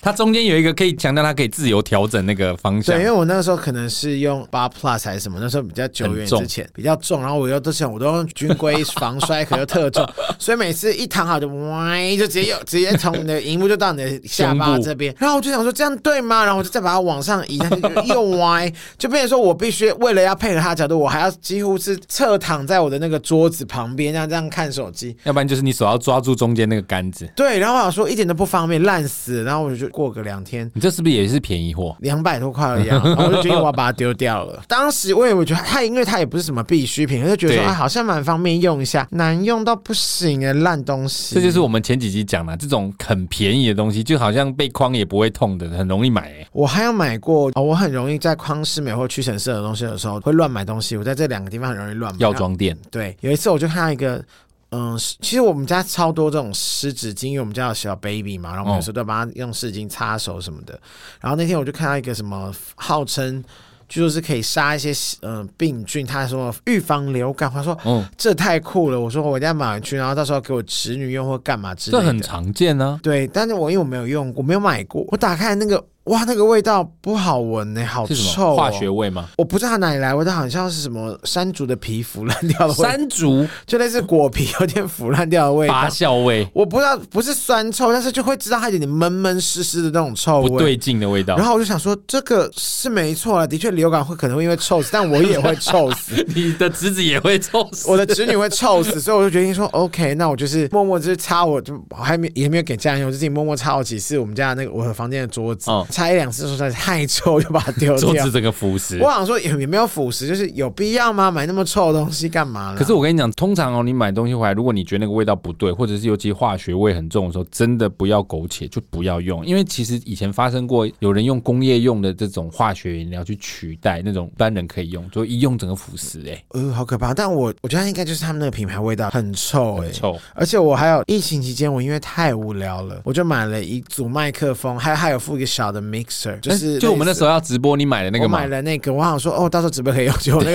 它中间有一个可以强调，它可以自由调整那个方向
对，因。为我那个时候可能是用八 plus 还是什么，那时候比较久远
很重
之前比较重，然后我又都想我都用军规防摔，可又 特重，所以每次一躺好就歪，就直接有直接从你的荧幕就到你的下巴
胸部
这 边，然后我就想说这样对吗？然后我就再把它往上移，它就又 歪，就变成说我必须为了要配合他的角度，我还要几乎是侧躺在我的那个桌子旁边，这样这样看手机。
要不然就是你手要抓住中间那个杆子，
对，然后我想说一点都不方便，烂死了，然后我就过个两天，
你这是不是也是便宜货？
两百多块 而已、啊，然后我就决定我要把它丢掉了。当时我也我觉得它，因为它也不是什么必需品，我就觉得说
对
啊，好像蛮方便用一下，难用到不行的烂东西。
这就是我们前几集讲的，这种很便宜的东西，就好像被框也不会痛的，很容易买、欸。
我还有买过、哦，我很容易在匡师美或屈臣氏的东西的时候会乱买东西，我在这两个地方很容易乱买。
药妆店
嗯对，有一次我就看到一个，嗯，是其实我们家超多这种湿纸巾，因为我们家有小 baby 嘛，然后我们有时候都要帮他用湿纸巾擦手什么的。然后那天我就看到一个什么号称。据说是可以杀一些嗯、呃病菌，他说预防流感，他说
嗯，
这太酷了，我说我一定要买回去，然后到时候给我侄女用或干嘛之类
这
的。
很常见啊。
对，但是我因为我没有用，我没有买过，我打开那个哇，那个味道不好闻呢、好
是什
臭、
么
哦
化学，味吗？
我不知道它哪里来的味道，好像是什么山竹的皮腐烂掉的 味道。
山竹
就类似果皮有点腐烂掉的味
发
道。
酵味，
我不知道不是酸臭，但是就会知道它有点闷闷湿湿的那种臭味。
不对劲的味道
然。后我就想说，这个是没错了，的确流感会可能会因为臭死，但我也会臭死，
你的侄子也会臭死。
我的侄女会臭 死，所以我就决定说，OK，那我就是默默就是擦我，就还没也没有给家人用，我就自己默默擦我几次我们家的那个我房间的桌子，
嗯
擦一两次说实在是太臭，就把它 丢
桌
掉
子。整个腐蚀
我。想说也也没有腐蚀，就是有必要吗？买那么臭的东西干嘛啦？
可是我跟你讲，通常哦，你买东西回来，如果你觉得那个味道不对，或者是尤其化学味很重的时候，真的不要苟且，就不要用，因为其实以前发生过有人用工业用的这种化学饮料去取代那种一般人可以用，就一用整个腐蚀，哎，
呃，好可怕！但我我觉得应该就是他们那个品牌味道很臭哎、
很臭。
而且我还有疫情期间，我因为太无聊了，我就买了一组麦克风，还有还有附一个小的 mixer，就是、
哎就我们那时
候。
候要直播，你买的那个
我
嘛
买，了那个，我想说哦，到时候直播可以用，结果那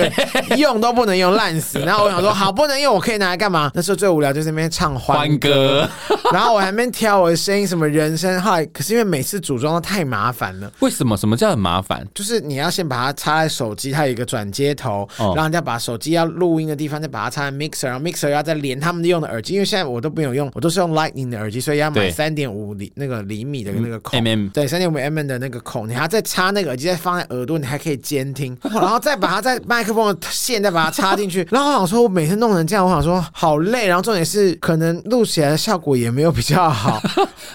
个用都不能用，烂死。然后我想说，好不能用，我可以拿来干嘛？那时候最无聊就是那边唱欢
欢哥，
然后我还没挑我的声音什么人声，后来可是因为每次组装都太麻烦了，
为什么什么叫很麻烦？
就是你要先把它插在手机，它有一个转接头，
哦
然后人家把手机要录音的地方再把它插在 mixer，然后 mixer 要再连他们用的耳机，因为现在我都没有用，我都是用 Lightning 的耳机，所以要买
对
三点五厘那个厘米的那个孔。
mm
对，三点五 mm 的那个孔，你还要再插那个耳机，再放在耳朵，你还可以监听，然后再把它在麦克风的线再把它插进去。 然后我想说，我每次弄成这样，我想说好累。然后重点是，可能录起来的效果也没有比 较好，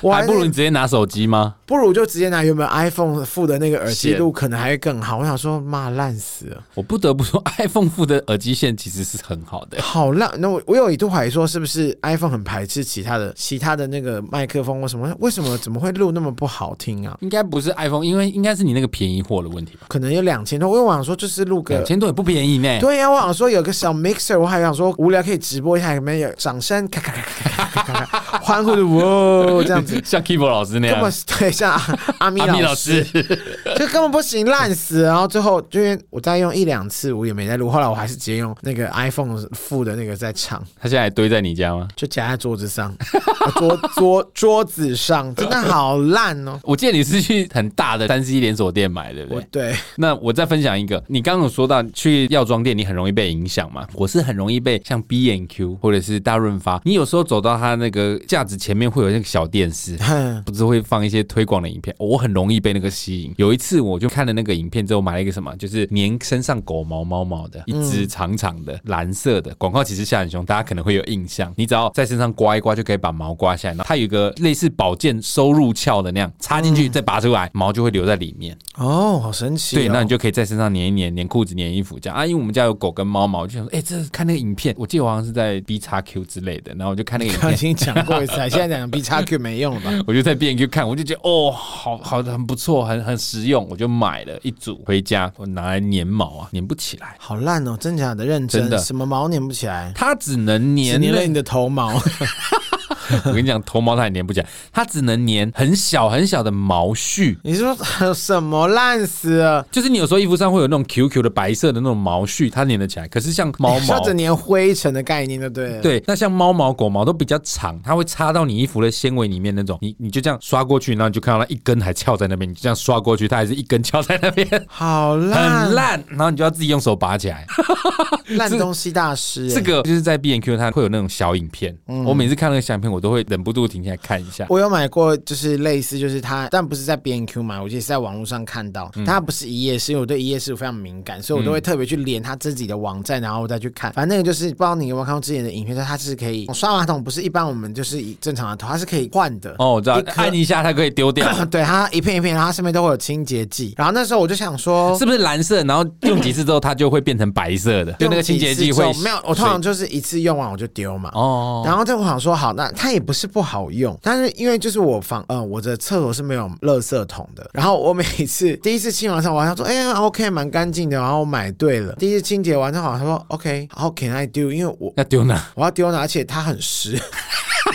我
还不
是
如你直接拿手机吗？
不如就直接拿原本 iPhone 附的那个耳机
线
录，可能还会更好。我想说，妈烂死了，
我不得不说，iPhone 附的耳机线其实是很好的。
好烂。那我我有一度怀疑说，是不是 iPhone 很排斥其他的其他的那个麦克风或什么？为什么怎么会录那么不好听啊？
应该不是 iPhone，因为应该是你那个便宜货的问题吧？
可能有两千多，因为我想说就是录
两
个。
千多也不便宜呢。
对呀、啊我想说有个小 mixer，我还想说无聊可以直播一下，有没有掌声？咔咔咔咔咔咔咔咔，欢呼的哇这 样子，
像 Kibo 老师那
根
样
本，是对像阿阿米
啊阿啊米
老
老
师。
师，
就根本不行，烂死。然后最后，就因为我再用一两次，我也没在录。后来我还是直接用那个 iPhone 附的那个在唱，
他现在还堆在你家吗？
就夹在桌子上， 啊桌桌桌子上，真的好烂哦。
我记得你是去很大的三 C 连锁店买，对不
我
对？
对
那我再分享一个，你刚刚有说到去药妆店，你很容易被影响嘛？我是很容易被像 B N Q 或者是大润发，你有时候走到它那个架子前面会有那个小电视，
哼
不是会放一些推广的影片，我很容易被那个吸引。有一次我就看了那个影片之后，买了一个什么，就是粘身上狗毛猫毛的，一只长长的蓝色的广告，其实下很凶，大家可能会有印象。你只要在身上刮一刮，就可以把毛刮下来。然后它有一个类似宝剑收入鞘的那样，插进去再拔出来，毛就会留在里面。
哦，好神奇、哦。
对，那你就可以在身上粘一粘，粘裤子、粘衣服这样啊。因为我们家有狗跟猫毛，我就想说，哎、这看那个影片，我记得我好像是在 B 叉 Q 之类的，然后我就 看那个影
刚刚
片
已。经讲过一次了，现在讲 B 叉 Q 没用了吧？
我就在 B N Q 看，我就觉得哦，好好的，很不错，很很实用，我就买了一组回家，我拿来粘毛啊，粘不起来，
好烂哦，真假的认真，
真的
什么毛粘不起来，
它只能
只
粘
粘了
类
你的头毛。
我跟你讲，头毛它也粘不起来，它只能粘很小很小的毛絮。
你是说 什么烂死了？
就是你有时候衣服上会有那种 QQ 的白色的那种毛絮，它粘得起来。可是像 猫
说
毛，啊
整年灰尘的概念就对了。，
对，那像猫毛、狗毛都比较长，它会插到你衣服的纤维里面那种。你你就这样刷过去，然后你就看到它一根还翘在那边，你就这样刷过去，它还是一根翘在那边，
好烂，
很烂。然后你就要自己用手拔起来。
烂东西大师、欸。
这个就是在 B N Q 它会有那种小影片，我每次看那个小影片，我都会忍不住停下来看一下。
嗯我有买过，就是类似，就是它，但不是在 B N Q 买，我记得是在网络上看到。
嗯
它不是一页式，因为我对一页式非常敏感，所以我都会特别去连它自己的网站，然后我再去看。反正那个就是不知道你有没有看过之前的影片，它是可以刷马桶，不是一般我们就是以正常的头，它是可以换的。
哦，我知道
一，颗
按一下它可以丢 掉，
对，它一片一片，然后它上面都会有清洁剂。然后那时候我就想说，
是不是蓝色？然后用几次之后，它就会变成白色的， 就那个清洁剂会
用几次之后没有，我通常就是一次用完我就丢嘛。
哦，
然后这我想说好，那它也不是不好用，但是因为就是我房，呃，我的厕所是没有垃圾桶的。然后我每次第一次清完之后，我还想说，哎、呀 o k 蛮干净的，然后我买对了。第一次清洁完之后，我想说，OK，How、can I do？因为我
要丢哪？
我要丢呢，而且它很湿。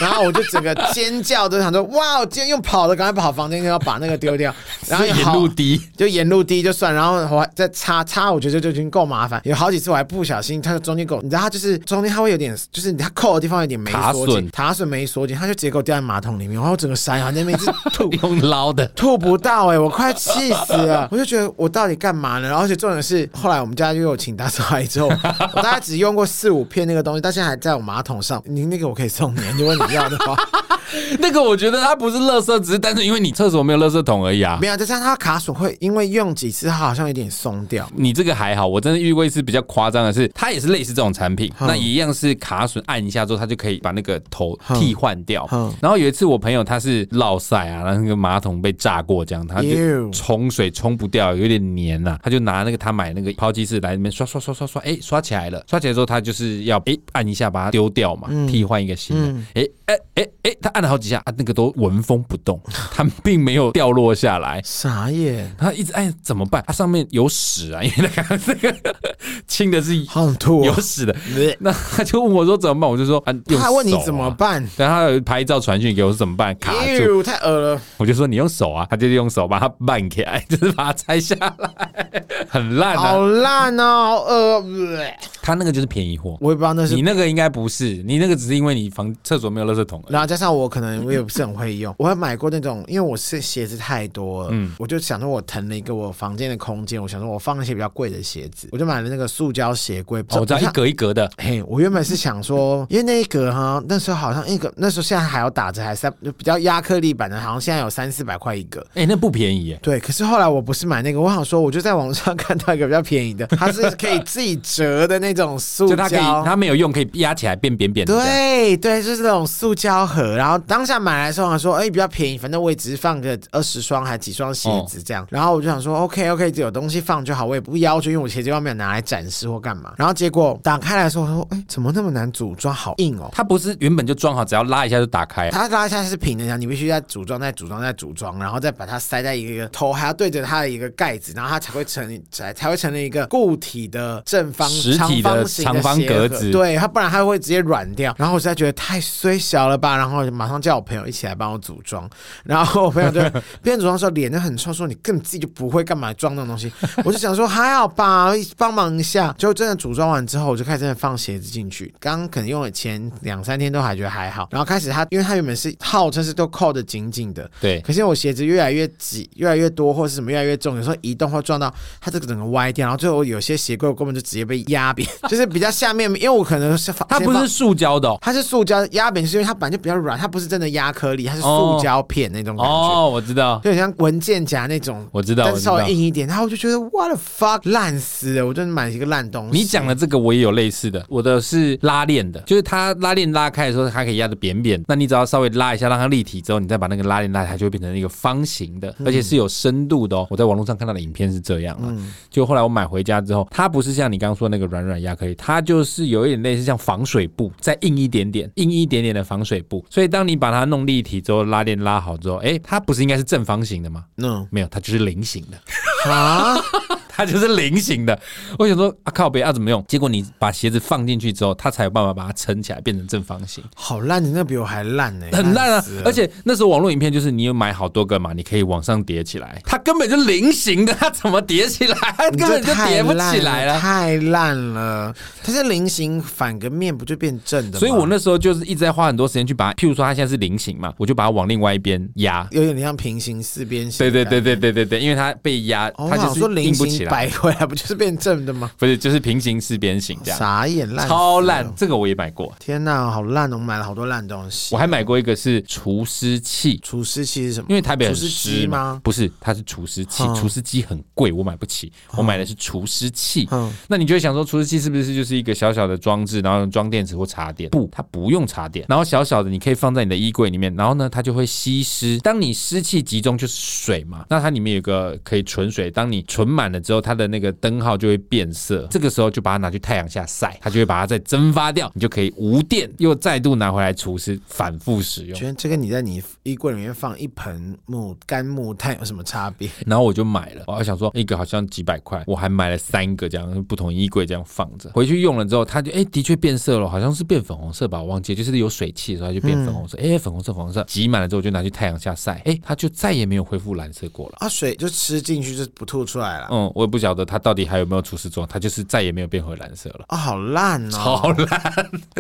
然后我就整个尖叫，就想说，哇，我今天又跑了，赶快跑房间，要把那个丢掉。然后
是
也
沿
好
路滴。
就沿路滴就算，然后我还再擦擦，我觉得就已经够麻烦。有好几次我还不小心，它就中间给我，你知道它就是中间它会有点，就是它扣的地方有点没
卡
锁
榫。
紧，卡榫没锁紧，它就直接给我掉在马桶里面，然后我整个塞，然后在那边一直吐
用捞的，
吐不到哎、我快气死了！我就觉得我到底干嘛呢？然后而且重点是，后来我们家又有请打扫阿姨之后， 我大概只用过四五片那个东西，到现在还在我马桶上。您那个我可以送你，如果你要的话。
那个我觉得它不是垃圾，只是单纯因为你厕所没有垃圾桶而已啊
没。有，就是它卡锁会因为用几次，它好像有点松掉。
你这个还好，我真的遇过一次比较夸张的是，它也是类似这种产品，
嗯
那一样是卡榫按一下之后，它就可以把那个头替换掉
嗯嗯。
然后有一次我朋友他是落塞啊，然后那个马桶被炸过，这样他就
Ew
冲水冲不掉，有点黏呐、他就拿那个他买那个抛弃式来里面刷刷刷刷刷，哎、刷起来了，刷起来之后他就是要哎、按一下把它丢掉嘛，替换一个新的，哎哎哎哎，他按了好几下啊，那个都纹风不动，它并没有掉落下来。
傻眼，
他一直按怎么办？它上面有屎啊，因为那个那个清 的是
好想吐、
有
哦。
屎的。那他就问我说怎么办，我就说啊，用
他还问你
手啊
怎么。办？
然后他有拍照传讯给我是怎么办，卡
哎
住，
呦，太恶了！
我就说你用手啊，他就用手把它绊起来， 就是把它拆下来，很烂啊。
好烂哦，好恶、呃
他那个就是便宜货，
我也不知道那
你
是。
那个应该不是，你那个只是因为你房厕所没有垃圾桶而已。
然后加上我可能我也不是很会用，我还买过那种，因为我是鞋子太多了，
嗯
我就想说我腾了一个我房间的空间，我想说我放一些比较贵的鞋子，我就买了那个塑胶鞋柜。
哦我知道一
像
格一格的，
嘿，我原本是想 说，因为那一格哈，那时候好像一个，那时候现在还有打折，还三比较压克力版的，好像现在有三四百块一个。
哎，那不便宜耶。
对，可是后来我不是买那个，我想说，我就在网上看到一个比较 便宜的，它是可以自己折的那种塑
就它可以，
胶。
它没有用，可以压起来变扁扁的这样。
对对，就是那种塑胶盒。然后当下买来的时候，我想说，哎、比较便宜，反正我也只是放个二十双还几双鞋
哦
子这样。然后我就想说，OK OK，有东西放就好，我也不要求，因为我鞋子外面拿来展示或干嘛。然后结果打开来的时候，我说，哎、怎么那么难组装，好硬哦。
它不是原本就装好，只要拉一下就打开啊。
它拉下是平的，然后你必须再组装、再组装、再组装，然后再把它塞在一个头，还要对着它的一个盖子，然后它才会成才才会成立一个固体的正方
实体的
长方形
长方
鞋
格
盒
子
对，它不然它会直接软掉。然后我实在觉得太虽小了吧，然后我就马上叫我朋友一起来帮我组装。然后我 朋友就边组装的时候脸就很臭，说你根本自己就不会干嘛装那种东西。 我就想说还好吧，帮忙一下。就真的组装完之后，我就开始真的放鞋子进去。刚刚可能用了前两三天都还觉得还好，然后开始它，因为它原本是号称是都扣的紧紧的，
对，
可是我鞋子越来越挤，越来越多，或是什么越来越重，有时候移动或撞到它这个整个歪掉，然后最后有些鞋柜我根本就直接被压扁， 就是比较下面，因为我可能是
它不是。塑胶的哦。
它是塑胶压扁，是因为它本来就比较软，它不是真的压颗粒，它是塑胶片那种感觉。
哦，我知道，
就很像文件夹那种，
我知道
但是稍
我知道
微硬一点。然后我就觉得 what the fuck，烂死了，我真的买了一个烂东西。
你讲的这个我也有类似的，我的是拉链的，就是它拉链拉开的时候，它可以压得扁扁，那你只要稍微拉一下，让它立体之后，你再把那个拉链拉开，它就会变成一个方形的，而且是有深度的哦。我在网络上看到的影片是这样啊，就后来我买回家之后，它不是像你刚刚说那个软软压克力，它就是有一点类似像防水布，再硬一点点，硬一点点的防水布。所以当你把它弄立体之后，拉链拉好之后，哎，它不是应该是正方形的吗？
嗯
没有，它就是菱形的。
啊，
它就是菱形的。我想说啊靠北啊怎么用？结果你把鞋子放进去之后，它才有办法把它撑起来变成正方形，
好烂，你那比我还 烂呢、
很烂啊
死了！
而且那时候网络影片就是你有买好多个嘛，你可以往上叠起来，它根本就菱形的，它怎么叠起来？它
你
根本就
这太
叠不
烂
起来了。
太烂了。它是菱形反个面，不就变正的吗？
所以我那时候就是一直在花很多时间去把它，譬如说它现在是菱形嘛，我就把它往另外一边压。
有点像平行四边形。
对对对。对对对对，因为它被压，
哦、
它
我想
就是
说菱
硬不起
形
来，
摆回啊来不就是变正的吗？
不是就是平行四边形这样，
傻眼烂，
超烂！！这个我也买过，
天哪，好烂哦！我买了好多烂东西。
我还买过一个是除湿器。
厨师器是什么？
因为台北很
厨师
湿
机
嘛
吗？
不是，它是除湿器，
嗯
除湿机很贵，我买不起，我买的是除湿器。
嗯
那你就会想说，除湿器是不是就是一个小小的装置，然后装电池或插电？不，它不用插电，然后小小的，你可以放在你的衣柜里面，然后呢，它就会吸湿。当你湿气集中就是水嘛，那它里面有个可以存水，当你存满了之后，它的那个灯号就会变色，这个时候就把它拿去太阳下晒，它就会把它再蒸发掉，你就可以无电又再度拿回来除湿，反复使用
觉。得这跟你在你衣柜里面放一盆木干木炭有什么差别？
然后我就买了，我还想说一个好像几百块，我还买了三个这样不同衣柜这样放着，回去用了之后，它就哎、的确变色了，好像是变粉红色吧，我忘记了，就是有水汽的时候它就变粉红色，
嗯
哎、粉红色粉红色，挤满了之后我就拿去太阳下晒，哎、它就再也没有恢复蓝色过了。
啊，水就吃进去就不吐出来了。啊、
嗯，我也不晓得它到底还有没有除湿妆，它就是再也没有变回蓝色了。
好烂哦！
好烂，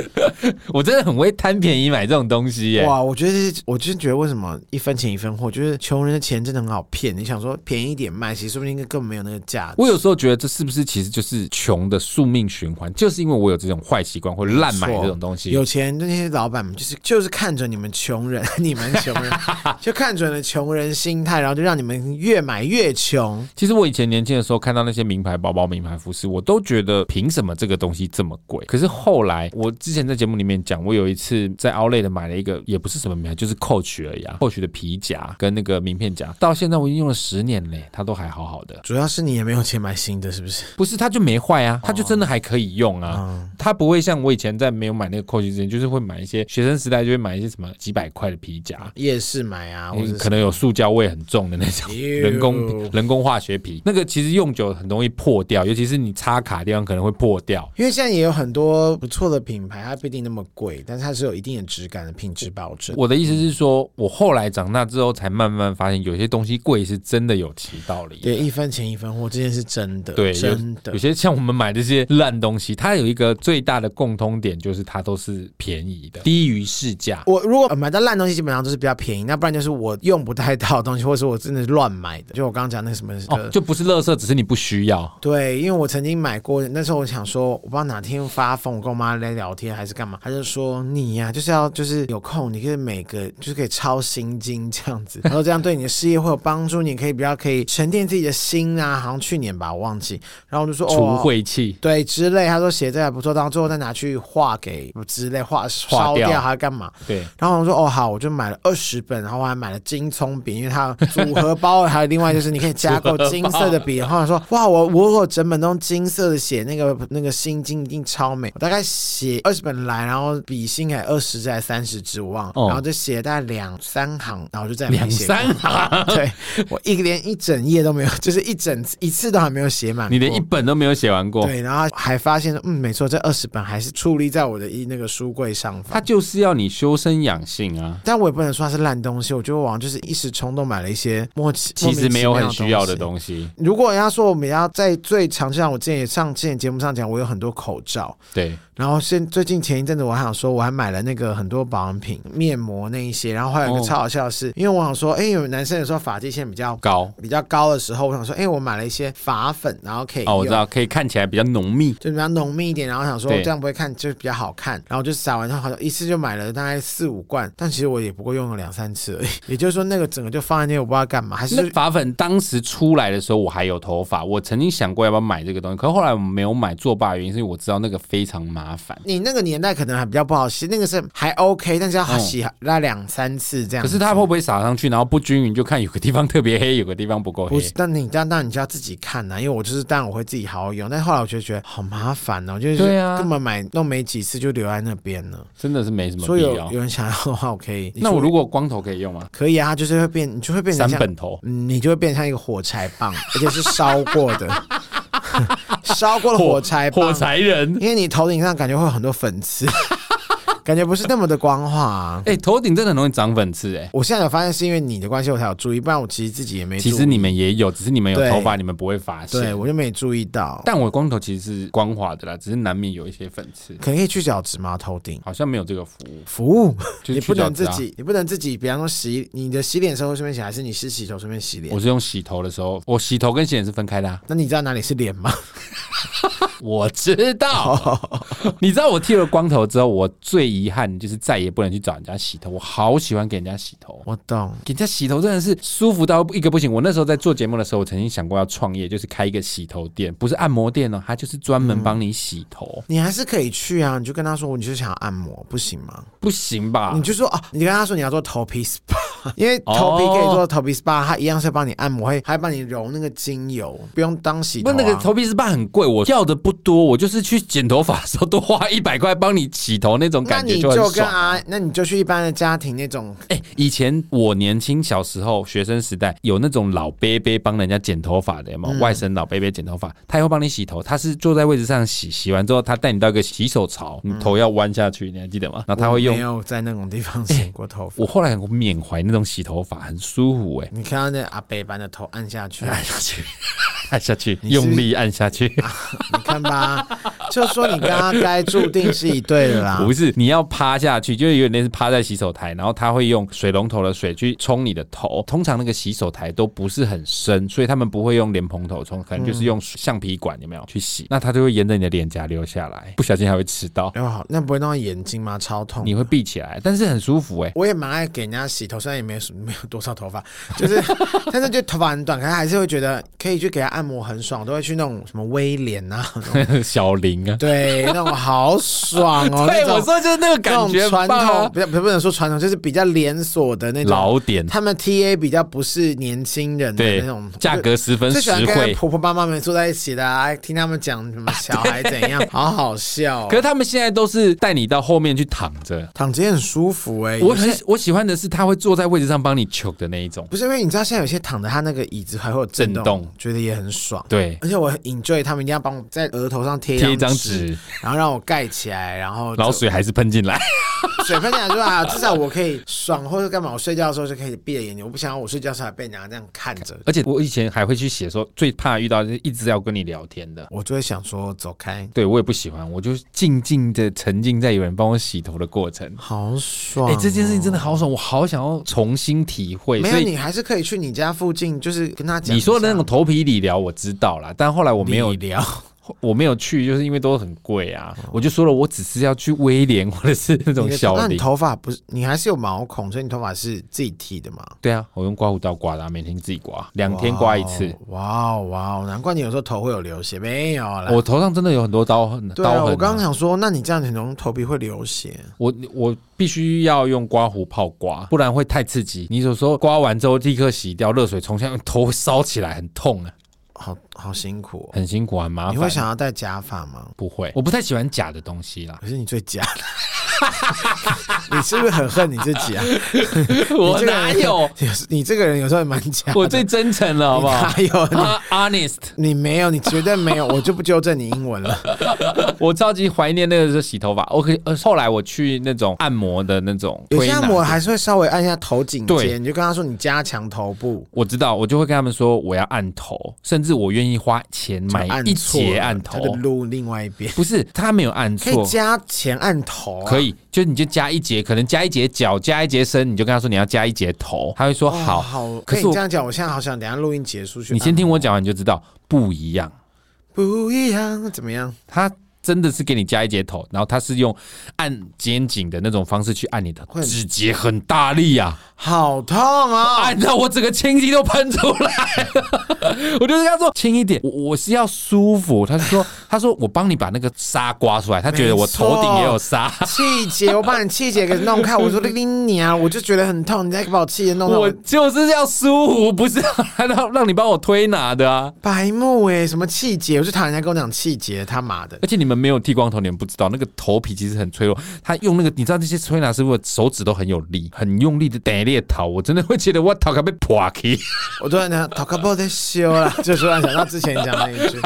我真的很会贪便宜买这种东西耶、
哇，我觉得是，我真觉得为什么一分钱一分货，就是穷人的钱真的很好骗。你想说便宜一点卖，其实说不定根本没有那个价值。
我有时候觉得这是不是其实就是穷的宿命循环？就是因为我有这种坏习惯或滥买这种东西，
有钱的那些老板们，就是就是看准你们穷人， 你们穷 人就看准了穷人心态，然后就让你们越买越穷。
其实我以前年轻的时候看到那些名牌包包、名牌服饰，我都觉得凭什么这个东西这么贵？可是后来我之前在节目里面讲，我有一次在 Outlet 买了一个，也不是什么名牌，就是 Coach 而已啊，Coach 的皮夹跟那个名片夹，到现在我已经用了十年嘞，它都还好好的。
主要是你也没有钱买新的，是不是？
不是，它就没坏
哦
啊，它就真的还可以用啊。它不会像我以前在没有买那个 Coach 之前，就是会买一些学生时代就会买一些什么几百块的皮夹，
夜市买啊，或者
嗯
是
可能有塑胶味很重的那种
Ew
人工人工化学皮，那个其实用久很容易破掉，尤其是你插卡的地方可能会破掉。
因为现在也有很多不错的品牌，它不一定那么贵，但是它是有一定的质感的品质保证。
我的意思是说，我后来长大之后才慢慢发现，有些东西贵是真的有其道理的。
对，一分钱一分货，这件事真的，
对，有
真的
有。些像我们买这些烂东西，它有一个最大的共通点，就是它都是便宜的，低于市价。
我如果呃买到烂东西，基本上都是比较便宜，那不然就是我用不太到的东西，或者是我真的乱买的。就我刚刚讲那个什么，呃
哦，就不是垃圾，只是你不需要。
对，因为我曾经买过，那时候我想说，我不知道哪天发疯，我跟我妈在聊天还是干嘛，她就说你呀、就是要就是有空，你可以每个就是可以抄心经这样子，然后这样对你的事业会有帮助，你可以比较可以沉淀自己的心啊。好像去年吧，我忘记，然后我就说
除
哦。
晦气，
对，之类，她说写这还不错，然后最后再拿去画给之类画烧
掉
掉，还是干嘛？
对，
然后我说哦好，我就买了二十本，然后我还买了金葱笔，因为它组合包还有另外就是你可以加购金色的笔。然后我说 哇，我我如果整本都金色的写那个那个心经一定超美。我大概写二十本来，然后笔芯还二十支还三十支我忘了，
哦
然后就写了大概两三行，然后就再也没
两
写过。
三行，
对我一连一整页都没有，就是一整一次都还没有写满过。
你连一本都哦没有写完过。
对，然后还发现嗯，没错，这二十本还是矗立在我的一那个书柜上方。
它就是要你修身养性啊。
但我也不能说它是烂东西，我觉得我好像就是一时冲动买了一些莫其
其实没有很需要的
西。
东西，
如果要说我们要在最常见，我之前也上之前节目上讲，我有很多口罩，
对，
然后现最近前一阵子我还想说，我还买了那个很多保养品、面膜那一些，然后还有一
哦
个超好笑的是，因为我想说，哎、有男生有时候发际线比较
高
比较高的时候，我想说，哎、我买了一些发粉，然后可以
哦，我知
用
道，可以看起来比较浓密，
就比较浓密一点，然后想说
对
这样不会看就比较好看，然后就撒完之后好像一次就买了大概四五罐，但其实我也不过用了两三次而已。 也就是说那个整个就放在那，我不知道干嘛，还
那
是
发粉当时出来的时候，我还有头发，我曾经想过要不要买这个东西，可是后来我没有买作罢的原因是因为我知道那个非常麻烦。
你那个年代可能还比较不好洗，那个是还 OK，但是要洗那两三次这样
嗯可
子。
是它会不会撒上去，然后不均匀，就看有个地方特别黑，有个地方不够黑
不。是，但你但但你就要自己看呐、因为我就是当然我会自己好好用，但后来我就觉得好麻烦哦、就是
对啊
根本买弄没几次就留在那边了。
真的是没什么
所以
必
有
要
有。人想要的话，我可以。
那我如
果
果光头可以用吗？
可以啊，它就是会变，你就会变成
三
像
本头，
嗯，你就会变成像一个火柴棒，而且是烧过的。 烧过的火柴棒
火，柴人。
因为你头顶上感觉会有很多粉刺， 感觉不是那么的光滑。
哎、头顶真的很容易长粉刺哎、
我现在有发现是因为你的关系，我才有注意，不然我其实自己也没注
其
意。
实你们也有，只是你们有
对
头发，你们不会发
对
现。
我就没注意到，
但我光头其实是光滑的啦，只是难免有一些粉刺，
可能可以去角质吗？头顶
好像没有这个服务。
服务，
就是
你
去
不能
角质
自
啊
己，你不能自己，比方说洗你的洗脸的时候顺便洗，还是你是洗头顺便洗脸
我？是用洗头的时候，我洗头跟洗脸是分开的、啊。
那你知道哪里是脸吗？
我知道， 你知道我剃了光头之后，我最遗憾就是再也不能去找人家洗头。我好喜欢给人家洗头，
我懂，
给人家洗头真的是舒服到一个不行。我那时候在做节目的时候，我曾经想过要创业，就是开一个洗头店，不是按摩店哦，它就是专门帮你洗头。
你还是可以去啊，你就跟他说，你就是想要按摩，不行吗？
不行吧
你？就说啊，你跟他说你要做头皮 SPA，因为头皮可以
哦
做头皮 SPA，它一样是帮你按摩，还还帮你揉那个精油，不用当洗
不，
头、啊。
那个头皮 SPA 很贵，
哦
我要的不多，我就是去剪头发的时候多花一百块帮你洗头那种
那
感觉
你
很
就跟
爽。
啊，那你就去一般的家庭那种，
哎、以前我年轻小时候学生时代，有那种老伯伯帮人家剪头发的，有没
嗯
有？外省老伯伯剪头发，他也会帮你洗头，他是坐在位置上洗，洗完之后他带你到一个洗手槽，你头要弯下去，你还记得吗？然后他会
我嗯没
用。
有在那种地方洗过头 发。
我后来我缅怀那种洗头发，很舒服哎、
你看到那阿北把你的头按下去，
按下去，按下去，
是不是
用力按下去。
你看吧，就说你跟他该注定是一对 的啦
不。是，你要趴下去，就是有点类似趴在洗手台，然后他会用水龙头的水去冲你的头。通常那个洗手台都不是很深，所以他们不会用莲蓬头冲，可能就是用橡皮管，有没有去洗？那它就会沿着你的脸颊流下来，不小心还会吃到，
哎呦，好，那不会弄到眼睛吗？超痛。
你会闭起来，但是很舒服哎、
我也蛮爱给人家洗头，虽然也没有什没有多少头发， 就是，但是就头发很短，可是还是会觉得可以去给他按摩，很爽，都会去那种什么威廉 啊，那 种
小林啊，
对，那种好爽哦，
对
那，
我
种
说就是那个
那
感
种
觉
传
吧
统，不要不不能说传统，就是比较连锁的那种，
老点，
啊他们 TA 比较不是年轻人的
对
那种，
价格十分
最喜欢
实
跟
惠。
婆婆妈妈们坐在一起的、啊，听他们讲什么小孩怎 样，好好笑、哦
可是他们现在都是带你到后面去躺着。
躺着也很舒服哎、
我
有些
很我喜欢的是，他会坐在位置上帮你求的那一种。
不是因为你知道现在有些躺着，它那个椅子还会有震
震
动，
动
觉得也很爽。
对，
而且我很 enjoy 他们一定要帮我在额头上贴
贴一张
纸，
纸，
然后让我盖起来，然后
然后
就
水还是喷进来。
水喷进来之后啊，至少我可以爽或者干嘛，我睡觉的时候就可以闭着眼睛，我不想要我睡觉的时候还被人家这样看着，
而且我以前还会去写说，最怕遇到就是一直要跟你聊天的。
我就会想说走开，
对我也不喜欢，我就静静的沉浸在有人帮我洗头的过程。
好爽、哦
哎、这件事情真的好爽，我好想要重新体会。
没
所
有，
以
你还是可以去你家附近，就是跟他讲一下。
你说的那种头皮理疗，我知道啦，但后来我没有
理疗，
我没有去，就是因为都很贵啊。我就说了，我只是要去威廉或者是那
你
种
的
小
那你
林。
头发不是你还是有毛孔，所以你头发是自己剃的嘛？
对啊，我用刮胡刀刮的、啊，每天自己刮，两天刮一次。
哇哦哇哦，难怪你有时候头会有流血，没有啦。
我头上真的有很多刀痕，
哦对啊，
刀痕、
我刚刚想说，那你这样很容易头皮会流血。
我我必须要用刮胡泡刮，不然会太刺激。你有时候刮完之后立刻洗掉，热水冲下，头会烧起来，很痛啊，
好好辛苦、
很辛苦，很麻
哦。你会
烦。
想要戴假发吗？
不会，我不太喜欢假的东西啦。
可是你最假的， 你是不是很恨你自 己啊？
我
你这个
哪
人
有？？
你这个人有时候也蛮假的。
我最真诚了，好不好？
你哪有 你
啊 honest，
你没有，你绝对没有，我就不纠正你英文 了。
我超级怀念那个时候洗头发。OK，呃，后来我去那种按摩的那种
有
推
些
拿
按摩还是会稍微按一下头颈
对
肩，你就跟他说你加强头部。
我知道，我就会跟他们说我要按头，甚至我愿意花钱买
按
一
错
节
了
按
他的
头。
路另外一边
不是，他没有按
可
错，
以加钱按头、啊
可，以，就你就加一节，可能加一节脚，加一节身，你就跟他说你要加一节头，他会说
哦、
好。
好，
可
可
是
以
我
这样讲。我现在好想等一下录音结束去。
你 先听我，讲完你就知道不一样。
不一样，怎么样？
他真的是给你加一节头，然后他是用按肩颈的那种方式去按你的
会
指节，很大力啊，
好 痛啊、
按到我整个青筋都喷出来 了。我就跟他说轻一点，我我是要舒服。他就说他说我帮你把那个沙刮出来，他觉得我头顶也有沙。
气节，我把你气节给弄开，我说叮你啊，我就觉得很痛，你再把我气节弄到
我
我
就是要舒服，不是要让让你帮我推拿的啊。
欸白目哎、什么气节？我就讨厌人家跟我讲气节，他妈的！
而且你们没有剃光头，你们不知道那个头皮其实很脆弱。他用那个，你知道那些吹拿师傅的手指都很有力，很用力的打猎头，我真的会觉得我头壳被破开。
我突然想讨个包在修啦，就突然想到之前你讲那一句，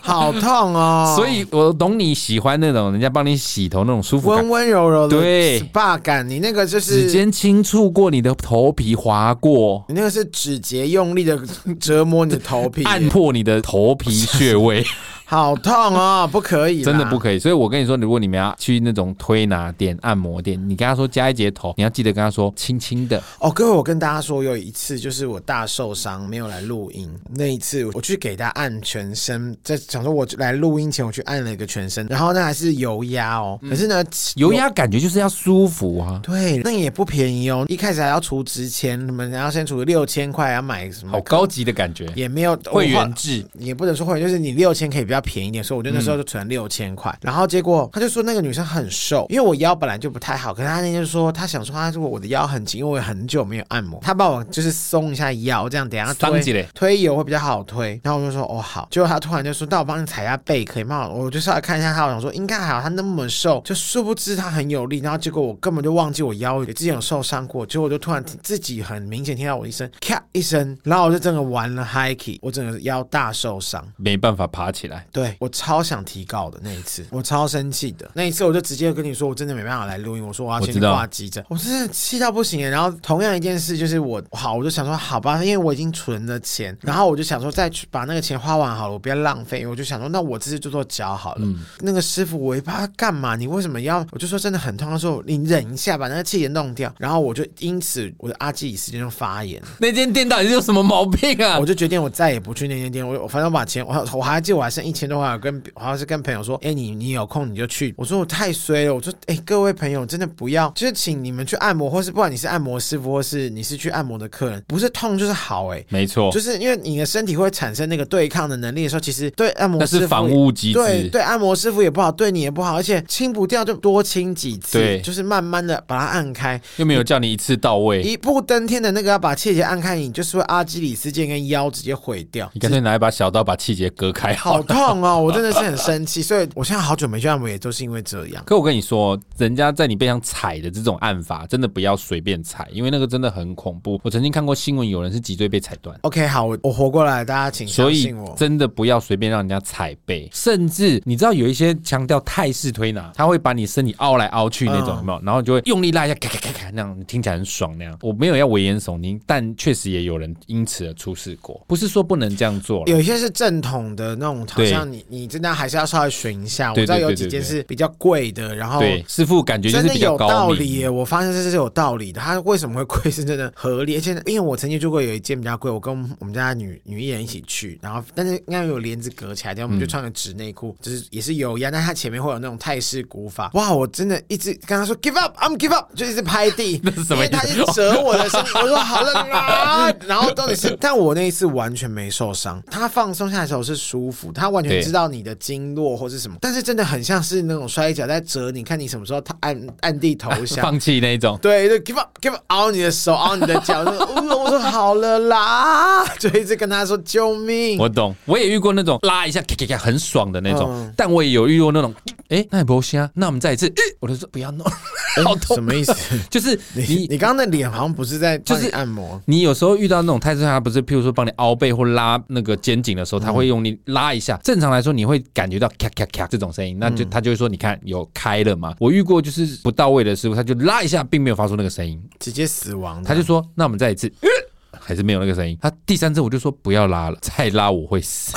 好痛 哦。
所以我懂你喜欢那种人家帮你洗头那种舒服感
温。温柔柔的
对
SPA 感，你那个就
指
是
尖轻触过你的头皮，划过，
你那个是指节用力的 折磨你的头皮，
按破你的头皮穴 位，
好痛哦，不可以，
真的不。可以。所以我跟你说，如果你们要去那种推拿店、按摩店，你跟他说加一节头，你要记得跟他说轻轻的。
哦，各位，我跟大家说，有一次就是我大受伤，没有来录音。那一次我去给他按全身，在想说我来录音前我去按了一个全身，然后那还是油压哦，
嗯
可是呢，
油压感觉就是要舒服啊，
对，那也不便宜哦，一开始还要除值钱，你们然后先除六千块，要买什么？
好高级的感觉。
也没有
会员制，
我也不能说会员，就是你六千可以比较便宜一点，所以我就那时候就存六千块。然后结果他就说那个女生很瘦，因为我腰本来就不太好，可是他那天就说他想说他说我的腰很紧，因为我很久没有按摩，他帮我就是松一下腰，这样等一下
桑吉
推
嘞，
推油会比较好推。然后我就说哦好，结果他突然就说那我帮你踩一下背可以吗？我就稍微看一下他，我想说应该还好，他那么瘦，就殊不知他很有力。然后结果我根本就忘记我腰也之前有受伤过，结果我就突然听自己很明显听到我一声咔一声，然后我就整个完了 hikey，我整个腰大受伤。
没办法爬起来，
对我超想提告的那一次，我超生气的那一次，我就直接跟你说，我真的没办法来录音，我说我要
我
先
知
去
道
挂急诊，我真的气到不行欸耶。然后同样一件事就是我好，我就想说好吧，因为我已经存了钱，然后我就想说再去把那个钱花完好了，我不要浪费，我就想说那我这次就做脚好了。
嗯
那个师傅我也不知道他干嘛，你为什么要？我就说真的很痛，他说你忍一下，把那个气给弄掉。然后我就因此我的阿基里斯腱就发炎，
那间店到底是有什么毛病啊
我？就决定我再也不去那间店，我我反正我把钱，我我还记得我还剩一千多块，我跟我好像是跟朋友说，哎、你你有空你就去。我说我太衰了，我说哎、各位朋友真的不要，就是请你们去按摩，或是不管你是按摩师傅，或是你是去按摩的客人，不是痛就是好、哎。
没错
就，是因为你的身体会产生那个对抗的能力的时候，其实对按摩
那
师
是
傅
防
也
务机
对
制。
对，按摩师傅也不好，对你也不好，而且清不掉就多清几次，
对
就是慢慢的把它按开。
又没有叫你一次到位，
一步登天的那个要把气节按开，你就是会阿基里斯腱跟腰直接毁掉。
你干脆拿一把小刀把气节割开好
好
了。
痛 哦！我真的是很生气，所以我现在好久没去按摩，也都是因为这样。
可我跟你说，人家在你背上踩的这种按法，真的不要随便踩，因为那个真的很恐怖。我曾经看过新闻，有人是脊椎被踩断，
OK，好，我我活过来，大家请
所
相
以
信我。
真的不要随便让人家踩背。甚至你知道有一些强调泰式推拿，他会把你身体凹来凹去那种，
嗯
有没有？然后就会用力拉一下，咔咔咔咔那样，听起来很爽那样。我没有要危言耸听，但确实也有人因此而出事过。不是说不能这样做了，
有一些是正统的那种，好
对
像你你真的还是要稍微选一下。我
对
知道
对
有
对
几
对
间
对
是比较贵的，然后
对师傅感觉就
真
是
的
比较
有
高
道
明。
理耶，我发现这是有道理的。它为什么会贵是真的合理，而且因为我曾经住过有一间比较贵，我跟我们家的女女艺人一起去，然后但是应该有帘子隔起来，然后我们
嗯
就穿个纸内裤，就是也是有压，但它前面会有那种泰式古法。哇，我真的一直跟他说 give up，I'm give up，就一直拍地，
那是什么意
因为他
思
一直折我的身 体，我说好了啦，然后到底是，但我那一次完全没受伤，他放松下来的时候是舒服，他完全
对
知道你的经络或是什么，但是真的很像是那种摔跤在折你，看你什么时候他按暗地投降。
放弃那一种，
对，就 give up，give up，凹你的手，凹你的 脚，就呃我说好了啦， 就一直跟他说救命。
我懂，我也遇过那种拉一下咔咔咔很爽的那种，
嗯
但我也有遇过那种，哎，那也不行啊，那我们再一次，诶我就说不要弄， 好
什
痛，
么意思？
就是
你
你。
你刚刚的脸好像不是在
就是
帮你按摩，
你有时候遇到那种泰式他不是，譬如说帮你凹背或拉那个肩颈的时候，他会用力拉一下。正常来说，你会感觉到咔咔咔这种声音，那就他就会说，你看有开了嘛。我遇过就是不到位的师傅，他就拉一下，并没有发出那个声音，
直接死亡的。
他就说，那我们再一次，呃还是没有那个声音。他第三次我就说不要拉了，再拉我会死，